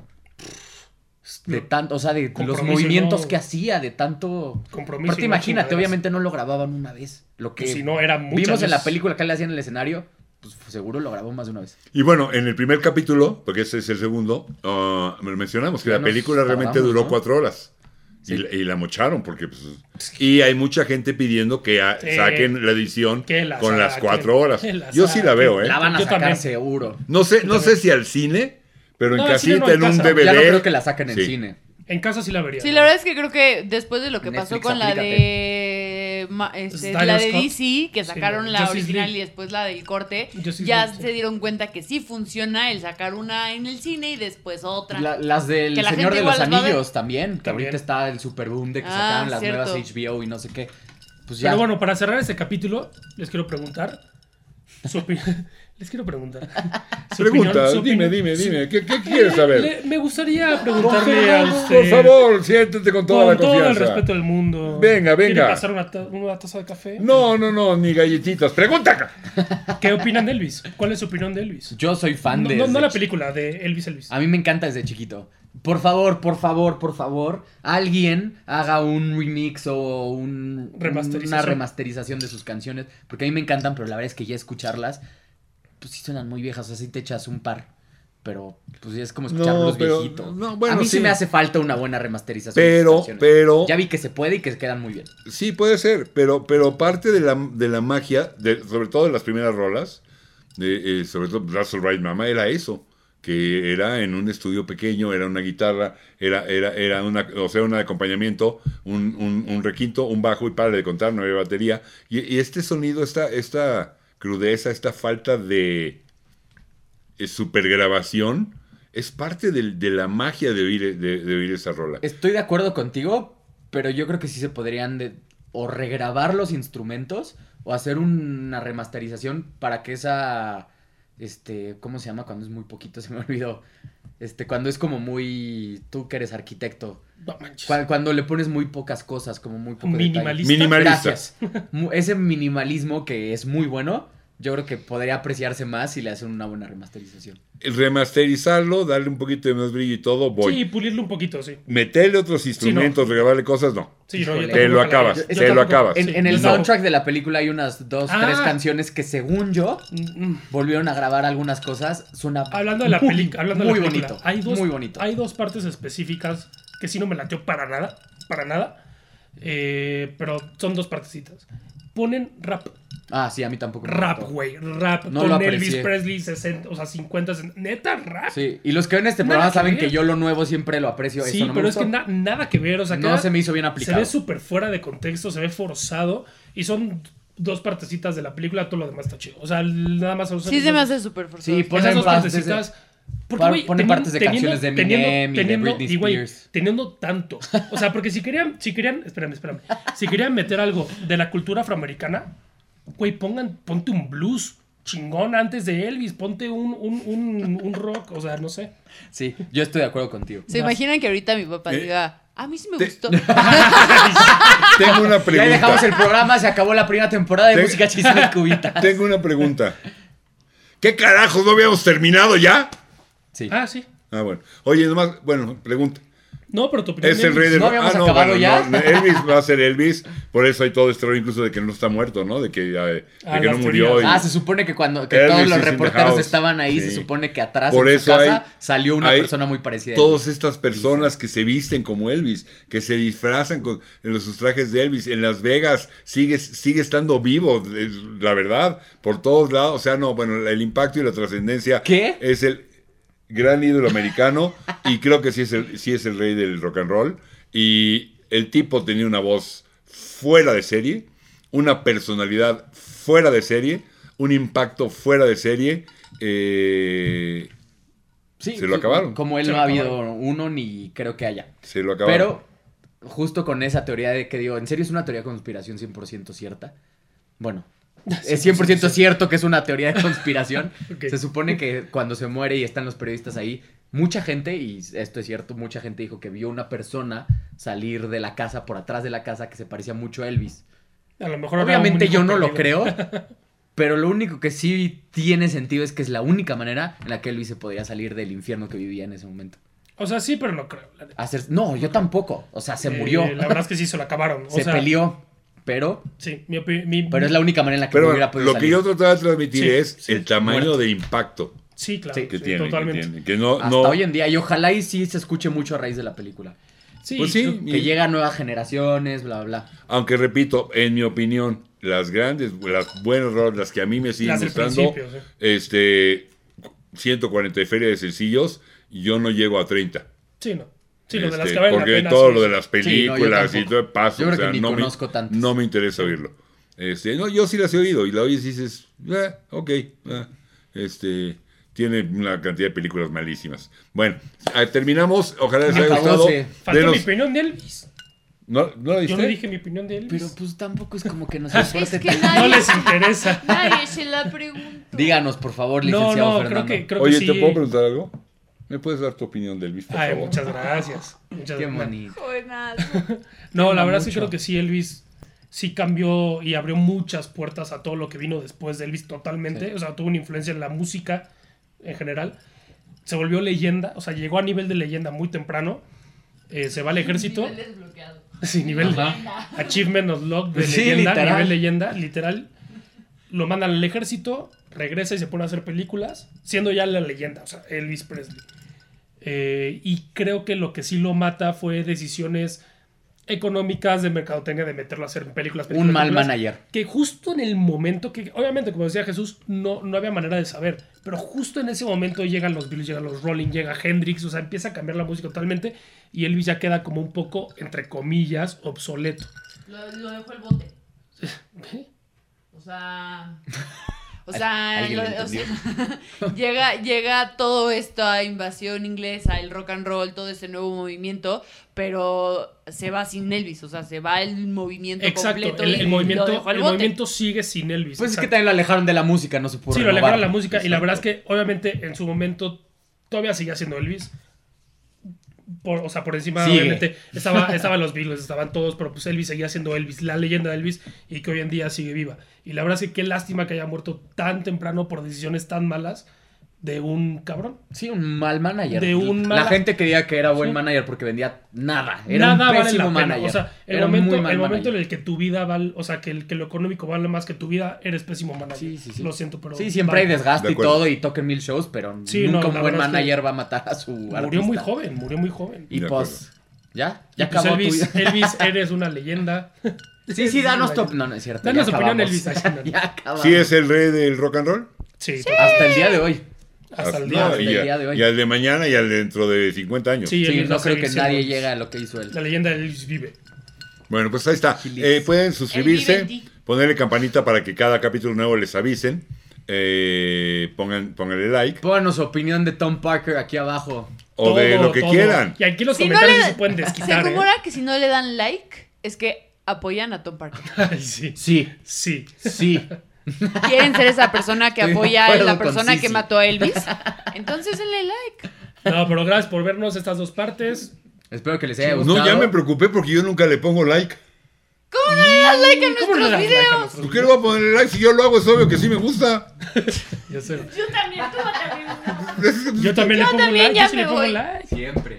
Speaker 2: De tanto, o sea, de los
Speaker 3: Compromiso,
Speaker 2: movimientos
Speaker 3: ¿no?
Speaker 2: que hacía, de tanto...
Speaker 3: Compromiso.
Speaker 2: Aparte,
Speaker 3: y no
Speaker 2: imagínate,
Speaker 3: chingaderas.
Speaker 2: obviamente no lo grababan una vez. Lo que
Speaker 3: Pues si no, era muchas
Speaker 2: vimos en la
Speaker 3: veces.
Speaker 2: película que le hacían en el escenario, pues seguro lo grabó más de una vez.
Speaker 3: ¿Eh?
Speaker 1: Y bueno, en el primer capítulo, porque ese es el segundo, ah, me- mencionamos que
Speaker 2: Ya
Speaker 1: la
Speaker 2: nos
Speaker 1: película realmente
Speaker 2: tardamos,
Speaker 1: duró
Speaker 2: ¿no?
Speaker 1: cuatro horas.
Speaker 2: Sí.
Speaker 1: Y, la- y la mocharon, porque pues, Y hay mucha gente pidiendo que ah,
Speaker 3: Sí.
Speaker 1: saquen la edición
Speaker 3: Que la
Speaker 1: con las
Speaker 3: saquen,
Speaker 1: cuatro horas.
Speaker 3: que la
Speaker 1: Yo sí la
Speaker 3: saquen.
Speaker 1: veo, ¿eh?
Speaker 2: La van a
Speaker 3: Yo
Speaker 2: sacar
Speaker 3: también.
Speaker 2: seguro.
Speaker 1: No sé, no sé si al cine, pero en
Speaker 3: No, al cine
Speaker 1: casita,
Speaker 3: no
Speaker 1: en un
Speaker 3: alcanza.
Speaker 1: DVD.
Speaker 2: Ya no creo que la saquen en
Speaker 1: Sí.
Speaker 2: cine.
Speaker 3: En casa sí la vería.
Speaker 6: Sí, la verdad es que creo que después de lo que pasó
Speaker 2: Netflix,
Speaker 6: con la
Speaker 2: aplícate.
Speaker 6: de ma- este,
Speaker 3: Snyder
Speaker 6: la de
Speaker 3: Scott.
Speaker 6: DC, que
Speaker 3: Sí,
Speaker 6: sacaron la
Speaker 3: Justice
Speaker 6: original
Speaker 3: League.
Speaker 6: y después la del corte,
Speaker 3: Justice
Speaker 6: ya
Speaker 3: League, sí.
Speaker 6: se dieron cuenta que sí funciona el sacar una en el cine y después otra.
Speaker 2: La- las del
Speaker 6: Que la
Speaker 2: Señor
Speaker 6: gente
Speaker 2: de los
Speaker 6: igual las va a ver.
Speaker 2: Anillos también, que
Speaker 3: También.
Speaker 2: ahorita está el super boom de que
Speaker 6: Ah,
Speaker 2: sacaron las
Speaker 6: cierto.
Speaker 2: nuevas HBO y no sé qué. Pues ya.
Speaker 3: Pero bueno, para cerrar este capítulo, les quiero preguntar. su opi- les quiero preguntar. su
Speaker 1: Pregunta,
Speaker 3: opinión- su
Speaker 1: dime,
Speaker 3: opinión-
Speaker 1: dime,
Speaker 3: su-
Speaker 1: dime. ¿Qué, qué quieres saber?
Speaker 3: Le- me gustaría preguntarle a
Speaker 1: Por
Speaker 3: usted.
Speaker 1: favor, siéntete con toda la
Speaker 3: con todo el
Speaker 1: confianza.
Speaker 3: respeto del mundo.
Speaker 1: Venga,
Speaker 3: ¿Quiere
Speaker 1: venga.
Speaker 3: pasar una, ta- una taza de café?
Speaker 1: No, no, no, ni galletitas. Pregunta.
Speaker 3: ¿Qué opinan de Elvis? ¿Cuál es su opinión de Elvis?
Speaker 2: Yo soy fan
Speaker 3: No,
Speaker 2: de.
Speaker 3: no, no la
Speaker 2: de-
Speaker 3: película, de Elvis Elvis.
Speaker 1: Ah,
Speaker 2: A mí me encanta desde chiquito. Por favor, por favor, por favor, alguien haga un remix o un,
Speaker 3: Remasterización.
Speaker 2: una remasterización de sus canciones. Porque a mí me encantan, pero la verdad es que ya escucharlas, pues sí suenan muy viejas, o sea, sí te echas un par. Pero pues ya es como escuchar
Speaker 1: No,
Speaker 2: los
Speaker 1: pero-
Speaker 2: viejitos.
Speaker 1: no, bueno,
Speaker 2: a mí sí.
Speaker 1: sí.
Speaker 2: me hace falta una buena remasterización. de
Speaker 1: Pero,
Speaker 2: sus canciones.
Speaker 1: pero.
Speaker 2: Ya vi que se puede y que quedan muy bien.
Speaker 1: Sí, puede ser, pero, pero parte de la, de la magia, de- sobre todo de las primeras rolas, de, eh, sobre todo Russell Right Mama, era eso, que era en un estudio pequeño, era una guitarra, era, era, era una, o sea, un acompañamiento, un, un- un requinto, un bajo y para de contar, no había batería. Y, y este sonido, esta, esta crudeza, esta falta de eh, supergrabación, es parte del- de, la magia de oír, de, de oír esa rola.
Speaker 2: Estoy de acuerdo contigo, pero yo creo que sí se podrían de- o regrabar los instrumentos o hacer una remasterización para que esa, este, ¿cómo se llama? Cuando es muy poquito, se me olvidó. Este, cuando es como muy, tú que eres arquitecto,
Speaker 3: No manches.
Speaker 2: Cu- Cuando le pones muy pocas cosas, como muy poco detalle.
Speaker 3: Minimalista.
Speaker 1: Minimalista.
Speaker 2: Gracias. Mu- Ese minimalismo que es muy bueno, yo creo que podría apreciarse más si le hacen una buena remasterización.
Speaker 1: Remasterizarlo, darle un poquito de más brillo y todo, voy.
Speaker 3: Sí, pulirlo un poquito, sí.
Speaker 1: Meterle otros instrumentos, regalarle cosas, no.
Speaker 3: Sí, no, yo
Speaker 2: Híjole.
Speaker 3: tampoco
Speaker 1: Te lo
Speaker 3: jalaría.
Speaker 1: acabas,
Speaker 3: Yo
Speaker 1: te
Speaker 3: tampoco.
Speaker 1: lo acabas.
Speaker 2: En,
Speaker 3: Ah, Sí,
Speaker 2: en
Speaker 3: yo
Speaker 2: el
Speaker 3: tampoco.
Speaker 2: soundtrack de la película hay unas dos,
Speaker 3: Ah.
Speaker 2: tres canciones que según yo
Speaker 3: Mm, mm.
Speaker 2: volvieron a grabar algunas cosas. Suena
Speaker 3: Hablando de la
Speaker 2: muy-
Speaker 3: película, hablando de
Speaker 2: muy
Speaker 3: la película,
Speaker 2: bonito.
Speaker 3: hay dos,
Speaker 2: muy bonito.
Speaker 3: Hay dos partes específicas que sí no me lateó para nada, para nada. eh, pero son dos partecitas. Ponen rap,
Speaker 2: Ah, sí, a mí tampoco. me
Speaker 3: rap,
Speaker 2: gustó.
Speaker 3: güey, rap
Speaker 2: No lo
Speaker 3: con
Speaker 2: aprecié.
Speaker 3: Elvis Presley 60, o sea, 50, neta rap.
Speaker 2: Sí, y los que ven este
Speaker 3: Nada
Speaker 2: programa
Speaker 3: que
Speaker 2: saben
Speaker 3: ver.
Speaker 2: que yo lo nuevo siempre lo aprecio.
Speaker 3: Sí,
Speaker 2: eso no me
Speaker 3: pero es que
Speaker 2: gustó.
Speaker 3: na- nada que ver, o sea,
Speaker 2: no
Speaker 3: cada-
Speaker 2: se me hizo bien
Speaker 3: se
Speaker 2: aplicado.
Speaker 3: ve súper fuera de contexto, se ve forzado y son dos partecitas de la película, todo lo demás está chido. O sea, nada más
Speaker 6: Sí, se me hace súper forzado.
Speaker 2: Sí,
Speaker 3: Esas
Speaker 2: ponen
Speaker 3: dos
Speaker 2: partes de-
Speaker 3: partecitas.
Speaker 2: par-
Speaker 3: güey,
Speaker 2: ponen partes de canciones de Eminem y de Britney
Speaker 3: güey,
Speaker 2: Spears.
Speaker 3: teniendo tanto. O sea, porque si querían, si querían, espérame, espérame. Si querían meter algo de la cultura afroamericana, güey, pongan, ponte un blues chingón antes de Elvis, ponte un, un, un, un rock, o sea, no sé.
Speaker 2: Sí, yo estoy de acuerdo contigo.
Speaker 6: ¿Se imaginan que ahorita mi
Speaker 2: Eh.
Speaker 6: papá diga, a mí sí me
Speaker 1: Te-
Speaker 6: gustó?
Speaker 1: Tengo una
Speaker 2: Ya ahí dejamos el
Speaker 1: pregunta.
Speaker 2: programa, se acabó la primera temporada de
Speaker 1: Te-
Speaker 2: Música Chisme Cubita.
Speaker 1: Tengo una pregunta. ¿Qué carajos no habíamos terminado ya?
Speaker 2: Sí.
Speaker 3: Ah, sí.
Speaker 1: Ah, bueno. Oye, nomás, bueno, pregunta.
Speaker 3: No, pero tu opinión
Speaker 1: Es el
Speaker 3: Elvis.
Speaker 1: rey del
Speaker 2: ¿No
Speaker 1: rock.
Speaker 2: habíamos acabado ya?
Speaker 1: no, Elvis va a ser Elvis. Por eso hay todo este rollo incluso de que no está muerto, ¿no? De que, eh, de
Speaker 3: Ah,
Speaker 1: que no
Speaker 3: las
Speaker 1: murió.
Speaker 3: teorías.
Speaker 1: y-
Speaker 2: Ah, se supone que cuando que
Speaker 1: Elvis
Speaker 2: todos
Speaker 1: is
Speaker 2: los
Speaker 1: in the
Speaker 2: reporteros
Speaker 1: house.
Speaker 2: estaban ahí, se
Speaker 1: Sí.
Speaker 2: supone que atrás
Speaker 1: Por
Speaker 2: en su
Speaker 1: eso
Speaker 2: casa
Speaker 1: hay-
Speaker 2: salió una
Speaker 1: hay
Speaker 2: persona muy parecida. a
Speaker 1: Todas
Speaker 2: él.
Speaker 1: estas personas que se visten como Elvis, que se disfrazan con en los sus trajes de Elvis, en Las Vegas sigue, sigue estando vivo, es la verdad, por todos lados. O sea, no, bueno, el impacto y la trascendencia
Speaker 2: ¿Qué?
Speaker 1: es el gran ídolo americano y creo que sí es, el, sí es el rey del rock and roll. Y el tipo tenía una voz fuera de serie, una personalidad fuera de serie, un impacto fuera de serie. eh,
Speaker 2: Sí,
Speaker 1: se lo acabaron.
Speaker 2: Como él
Speaker 3: Se
Speaker 2: no
Speaker 3: lo
Speaker 2: ha habido uno ni creo que haya.
Speaker 1: se lo acabaron.
Speaker 2: Pero justo con esa teoría de que digo, en serio es una teoría de conspiración 100% cierta. Bueno, es 100% cierto que es una teoría de conspiración.
Speaker 3: Ok.
Speaker 2: Se supone que cuando se muere y están los periodistas ahí, mucha gente, y esto es cierto, mucha gente dijo que vio una persona salir de la casa, por atrás de la casa, que se parecía mucho a Elvis.
Speaker 3: A lo mejor habrá
Speaker 2: Obviamente
Speaker 3: un
Speaker 2: yo
Speaker 3: hijo
Speaker 2: no lo
Speaker 3: perdido.
Speaker 2: creo, pero lo único que sí tiene sentido es que es la única manera en la que Elvis se podía salir del infierno que vivía en ese momento.
Speaker 3: O sea, sí, pero no creo. la neta.
Speaker 2: Hacer... No, yo tampoco. O sea, se
Speaker 3: Eh,
Speaker 2: murió.
Speaker 3: la verdad es que sí, se lo acabaron. O
Speaker 2: se
Speaker 3: sea,
Speaker 2: peleó, pero,
Speaker 3: Sí, mi opi- mi-
Speaker 2: pero es la única manera en la que
Speaker 1: Pero
Speaker 2: me
Speaker 1: bueno,
Speaker 2: hubiera podido
Speaker 1: lo que
Speaker 2: salir.
Speaker 1: yo trataba de transmitir
Speaker 3: Sí,
Speaker 1: es
Speaker 3: sí,
Speaker 1: el tamaño
Speaker 3: muerto.
Speaker 1: de impacto
Speaker 3: Sí, claro.
Speaker 2: Sí.
Speaker 1: que
Speaker 3: sí,
Speaker 1: tiene. que
Speaker 3: Totalmente.
Speaker 1: tiene, Que, no,
Speaker 2: Hasta
Speaker 1: no-
Speaker 2: hoy en día, y ojalá y sí se escuche mucho a raíz de la película.
Speaker 3: Sí,
Speaker 1: Pues sí,
Speaker 3: yo-
Speaker 1: Y-
Speaker 2: Que llega a nuevas generaciones, bla, bla, bla.
Speaker 1: Aunque repito, en mi opinión, las grandes, las buenas rolas, las que a mí me siguen
Speaker 3: Las del
Speaker 1: gustando,
Speaker 3: principio, sí.
Speaker 1: este, 140 de feria de sencillos, yo no llego a 30.
Speaker 3: sí, no. Sí, lo de las
Speaker 1: Este,
Speaker 3: que valen la
Speaker 1: porque
Speaker 3: pena,
Speaker 1: todo
Speaker 3: sí,
Speaker 1: lo de
Speaker 3: sí.
Speaker 1: las
Speaker 2: Sí, no, yo
Speaker 1: películas y
Speaker 2: tampoco.
Speaker 1: todo paso.
Speaker 2: Yo creo
Speaker 1: o sea,
Speaker 2: que ni
Speaker 1: no
Speaker 2: conozco
Speaker 1: me,
Speaker 2: tantas.
Speaker 1: No me interesa oírlo. Este, no, yo sí las he oído y la oyes y dices, "Ah, ok, ah, este, tiene una cantidad de películas malísimas. Bueno, ah, terminamos. Ojalá les
Speaker 2: Se
Speaker 1: haya
Speaker 2: acabó,
Speaker 1: gustado.
Speaker 2: sí.
Speaker 3: Faltó
Speaker 1: Denos-
Speaker 3: mi opinión de Elvis.
Speaker 1: ¿No, ¿No la
Speaker 3: Yo
Speaker 1: diste?
Speaker 3: no dije mi opinión de Elvis.
Speaker 2: Pero pues tampoco es como que nos importe
Speaker 7: Es que
Speaker 2: tanto.
Speaker 7: nadie-
Speaker 3: No les interesa.
Speaker 7: Nadie se la pregunto.
Speaker 2: Díganos, por favor,
Speaker 3: No,
Speaker 2: licenciado
Speaker 3: no, creo
Speaker 2: Fernando.
Speaker 3: que, creo
Speaker 1: Oye,
Speaker 3: que sí.
Speaker 1: ¿te puedo preguntar algo? ¿Me puedes dar tu opinión del Elvis, por
Speaker 3: Ay,
Speaker 1: favor?
Speaker 3: muchas gracias. Muchas
Speaker 2: Qué
Speaker 3: gracias.
Speaker 2: bonito.
Speaker 7: Jovenazo.
Speaker 3: No, la
Speaker 2: Ama
Speaker 3: verdad sí
Speaker 2: mucho.
Speaker 3: creo que sí, Elvis sí cambió y abrió muchas puertas a todo lo que vino después de Elvis totalmente. O sea, tuvo una influencia en la música en general. Se volvió leyenda, o sea, llegó a nivel de leyenda muy temprano. Eh, se va al ejército.
Speaker 7: Nivel desbloqueado.
Speaker 3: Sí, nivel Achievement of Log de
Speaker 2: Sí,
Speaker 3: leyenda,
Speaker 2: literal.
Speaker 3: nivel leyenda, literal. Lo mandan al ejército, regresa y se pone a hacer películas, siendo ya la leyenda, o sea, Elvis Presley. Eh, y creo que lo que sí lo mata fue decisiones económicas de mercadotecnia de meterlo a hacer películas. películas
Speaker 2: Un mal
Speaker 3: películas,
Speaker 2: manager.
Speaker 3: Que justo en el momento que, obviamente, como decía Jesús, no, no había manera de saber, pero justo en ese momento llegan los Beatles, llegan los Rolling, llega Hendrix, o sea, empieza a cambiar la música totalmente y Elvis ya queda como un poco, entre comillas, obsoleto.
Speaker 7: Lo, lo dejó el bote.
Speaker 3: ¿Qué?
Speaker 7: O sea,
Speaker 6: O
Speaker 2: Al-
Speaker 6: sea,
Speaker 2: alguien lo Pues
Speaker 6: lo- o sea, llega, llega toda esta invasión inglesa, el rock and roll, todo ese nuevo movimiento, pero se va sin Elvis, o sea, se va el movimiento
Speaker 3: Exacto,
Speaker 6: completo.
Speaker 3: el,
Speaker 6: y
Speaker 3: el
Speaker 6: lo
Speaker 3: movimiento,
Speaker 6: dejó al
Speaker 3: el
Speaker 6: bote.
Speaker 3: movimiento sigue sin Elvis.
Speaker 2: Pues es que
Speaker 3: exacto.
Speaker 2: también lo alejaron de la música, no se pudo
Speaker 3: Sí, lo alejaron
Speaker 2: renovar.
Speaker 3: la música y la verdad es
Speaker 2: Exacto.
Speaker 3: que obviamente en su momento todavía seguía siendo Elvis. Por- o sea, por encima
Speaker 2: Sigue.
Speaker 3: obviamente estaba, estaban los Beatles, estaban todos, pero pues Elvis seguía siendo Elvis, la leyenda de Elvis y que hoy en día sigue viva. Y la verdad es que qué lástima que haya muerto tan temprano por decisiones tan malas de un cabrón.
Speaker 2: Sí, un mal manager.
Speaker 3: De un
Speaker 2: la
Speaker 3: mala-
Speaker 2: gente creía que era buen
Speaker 3: Sí.
Speaker 2: manager porque vendía nada. Era
Speaker 3: Nada
Speaker 2: un
Speaker 3: vale la
Speaker 2: pésimo
Speaker 3: pena.
Speaker 2: manager.
Speaker 3: O sea, el
Speaker 2: Era un
Speaker 3: momento,
Speaker 2: muy mal
Speaker 3: el momento en
Speaker 2: manager.
Speaker 3: el que tu vida vale, o sea, que, el, que lo económico vale más que tu vida, eres pésimo manager.
Speaker 2: Sí, sí, sí.
Speaker 3: Lo siento, pero.
Speaker 2: Sí, siempre hay
Speaker 3: vale.
Speaker 2: desgaste
Speaker 1: De
Speaker 2: y
Speaker 1: acuerdo.
Speaker 2: todo y toquen mil shows, pero
Speaker 3: Sí,
Speaker 2: nunca
Speaker 3: no, la
Speaker 2: un buen
Speaker 3: verdad es que
Speaker 2: manager va a matar a su
Speaker 3: Murió muy
Speaker 2: artista.
Speaker 3: joven, murió muy joven.
Speaker 2: Y
Speaker 1: De
Speaker 2: pues, ya, ya
Speaker 3: Y, pues,
Speaker 2: acabó tu vida.
Speaker 3: Elvis, Elvis, eres una leyenda.
Speaker 2: Sí, sí, danos top. No, no es cierto.
Speaker 3: Danos
Speaker 2: ya
Speaker 3: opinión,
Speaker 2: acabamos.
Speaker 3: Elvis. Ay, no, no.
Speaker 2: ya acabamos.
Speaker 1: ¿Sí es el rey del rock and roll?
Speaker 3: Sí,
Speaker 2: Hasta el día de hoy.
Speaker 3: hasta el
Speaker 1: Ah,
Speaker 3: día.
Speaker 1: no,
Speaker 3: de hoy.
Speaker 2: el
Speaker 1: y, a-
Speaker 2: día de hoy.
Speaker 1: y al de mañana y al dentro de 50 años.
Speaker 3: Sí,
Speaker 2: Sí,
Speaker 3: Elvis va
Speaker 2: no
Speaker 3: a
Speaker 2: creo
Speaker 3: seguir
Speaker 2: que
Speaker 3: siendo
Speaker 2: nadie
Speaker 3: Elvis.
Speaker 2: llega a lo que hizo él.
Speaker 3: La leyenda de Elvis vive.
Speaker 1: Bueno, pues ahí está. Eh, pueden suscribirse,
Speaker 6: Él vive en ti.
Speaker 1: ponerle campanita para que cada capítulo nuevo les avisen. Eh, pongan, pónganle like.
Speaker 2: Pónganos opinión de Tom Parker aquí abajo.
Speaker 1: O de
Speaker 3: Todo,
Speaker 1: lo que
Speaker 3: todo.
Speaker 1: quieran.
Speaker 3: Y aquí los
Speaker 6: Si no
Speaker 3: comentarios
Speaker 6: le-
Speaker 3: sí se pueden
Speaker 6: Se
Speaker 3: desquitar. ¿eh?
Speaker 6: rumora que si no le dan like, es que apoyan a Tom Parker.
Speaker 3: Ay, sí.
Speaker 2: Sí,
Speaker 3: Sí.
Speaker 2: sí.
Speaker 6: Quieren ser esa persona que
Speaker 2: Estoy de
Speaker 6: apoya a
Speaker 2: acuerdo
Speaker 6: la
Speaker 2: con
Speaker 6: persona que
Speaker 2: Sisi.
Speaker 6: mató a Elvis. Entonces denle like.
Speaker 3: No, pero gracias por vernos estas dos partes.
Speaker 2: Espero que les haya gustado.
Speaker 1: No, ya me preocupé porque yo nunca le pongo like.
Speaker 6: ¿Cómo no le dan like a
Speaker 3: ¿Cómo no le das
Speaker 6: nuestros
Speaker 3: like a
Speaker 6: videos?
Speaker 3: nuestros
Speaker 1: ¿Por qué le voy a ponerle like si yo lo hago? Es obvio que sí me gusta.
Speaker 3: videos? Yo, sé.
Speaker 4: Yo también, tú también.
Speaker 3: Yo también le pongo
Speaker 6: también
Speaker 3: like.
Speaker 6: ya
Speaker 3: Yo sí
Speaker 6: me
Speaker 3: le pongo
Speaker 6: voy.
Speaker 3: like.
Speaker 2: Siempre.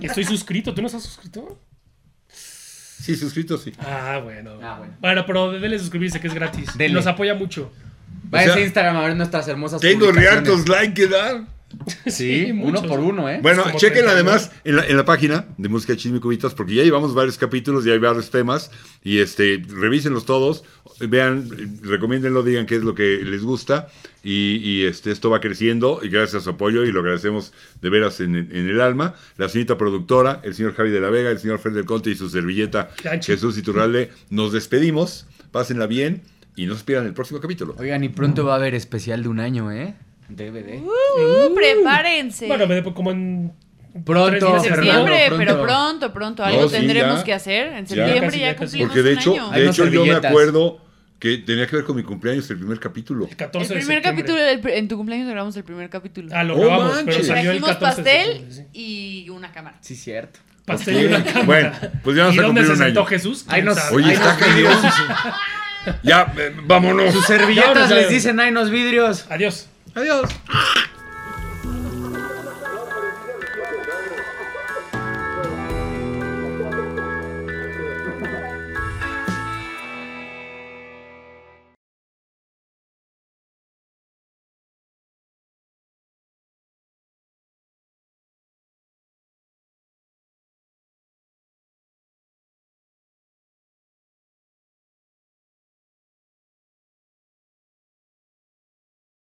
Speaker 3: Y Estoy suscrito. ¿Tú no estás suscrito?
Speaker 1: Sí, suscrito, sí.
Speaker 3: Ah, bueno.
Speaker 2: Ah, bueno.
Speaker 3: pero denle suscribirse que es gratis.
Speaker 2: Denle.
Speaker 3: Nos apoya mucho.
Speaker 2: Váyanse
Speaker 1: O sea,
Speaker 2: a Instagram a ver nuestras hermosas
Speaker 1: Tengo
Speaker 2: publicaciones.
Speaker 1: reactos like que dar.
Speaker 2: Sí, uno
Speaker 3: muchos.
Speaker 2: por uno, ¿eh?
Speaker 1: Bueno,
Speaker 3: como
Speaker 1: chequen
Speaker 3: 30,
Speaker 1: además en la, en la página de Música Chisme y Cubitos, porque ya llevamos varios capítulos y hay varios temas. Y este, revísenlos todos, vean, eh, recomiéndenlo, digan qué es lo que les gusta. Y, y, este, esto va creciendo, y gracias a su apoyo, y lo agradecemos de veras en, en el alma. La señorita productora, el señor Javi de la Vega, el señor Fer del Conte y su servilleta
Speaker 3: Gancho.
Speaker 1: Jesús Iturralde, nos despedimos, pásenla bien y no se pierdan el próximo capítulo.
Speaker 2: Oigan, y pronto va a haber especial de un año, ¿eh? DVD.
Speaker 6: Uh, prepárense.
Speaker 3: Bueno, me depo como en. tres
Speaker 2: Pronto,
Speaker 3: meses, ¿no?
Speaker 2: Fernando.
Speaker 6: septiembre,
Speaker 2: pronto.
Speaker 6: pero pronto, pronto. Algo
Speaker 1: No, sí,
Speaker 6: tendremos
Speaker 1: ya.
Speaker 6: que hacer. En
Speaker 1: Ya.
Speaker 6: septiembre
Speaker 3: Casi,
Speaker 6: ya,
Speaker 3: ya casi.
Speaker 6: cumplimos
Speaker 1: Porque de
Speaker 6: un
Speaker 1: hecho,
Speaker 6: año.
Speaker 2: Hay
Speaker 1: de
Speaker 2: unas
Speaker 1: hecho yo me
Speaker 2: servilletas.
Speaker 1: acuerdo que tenía que ver con mi cumpleaños el primer capítulo.
Speaker 3: El
Speaker 6: el
Speaker 3: 14 de
Speaker 6: primer
Speaker 3: septiembre.
Speaker 6: capítulo, del pr- en tu cumpleaños grabamos el primer capítulo.
Speaker 3: Ah, lo
Speaker 1: Oh,
Speaker 3: grabamos, pero
Speaker 1: manches.
Speaker 3: salió el
Speaker 6: Trajimos
Speaker 3: 14 de
Speaker 6: pastel
Speaker 3: septiembre, sí.
Speaker 6: y una cámara.
Speaker 2: Sí, cierto.
Speaker 3: Pastel y una cámara.
Speaker 1: Bueno, pues ya vamos
Speaker 3: ¿Y
Speaker 1: a
Speaker 3: dónde
Speaker 1: cumplir
Speaker 3: se
Speaker 1: un
Speaker 3: sentó
Speaker 1: año.
Speaker 3: Jesús?
Speaker 2: Ahí nos-
Speaker 3: ¿Quién
Speaker 1: Oye,
Speaker 3: sabe?
Speaker 2: Ay,
Speaker 1: está
Speaker 2: no,
Speaker 1: cañón. Ya, eh, vámonos.
Speaker 2: Servilletas
Speaker 3: Ya, ya, ya.
Speaker 2: les dicen, ay, nos vidrios.
Speaker 3: Adiós.
Speaker 1: Adiós.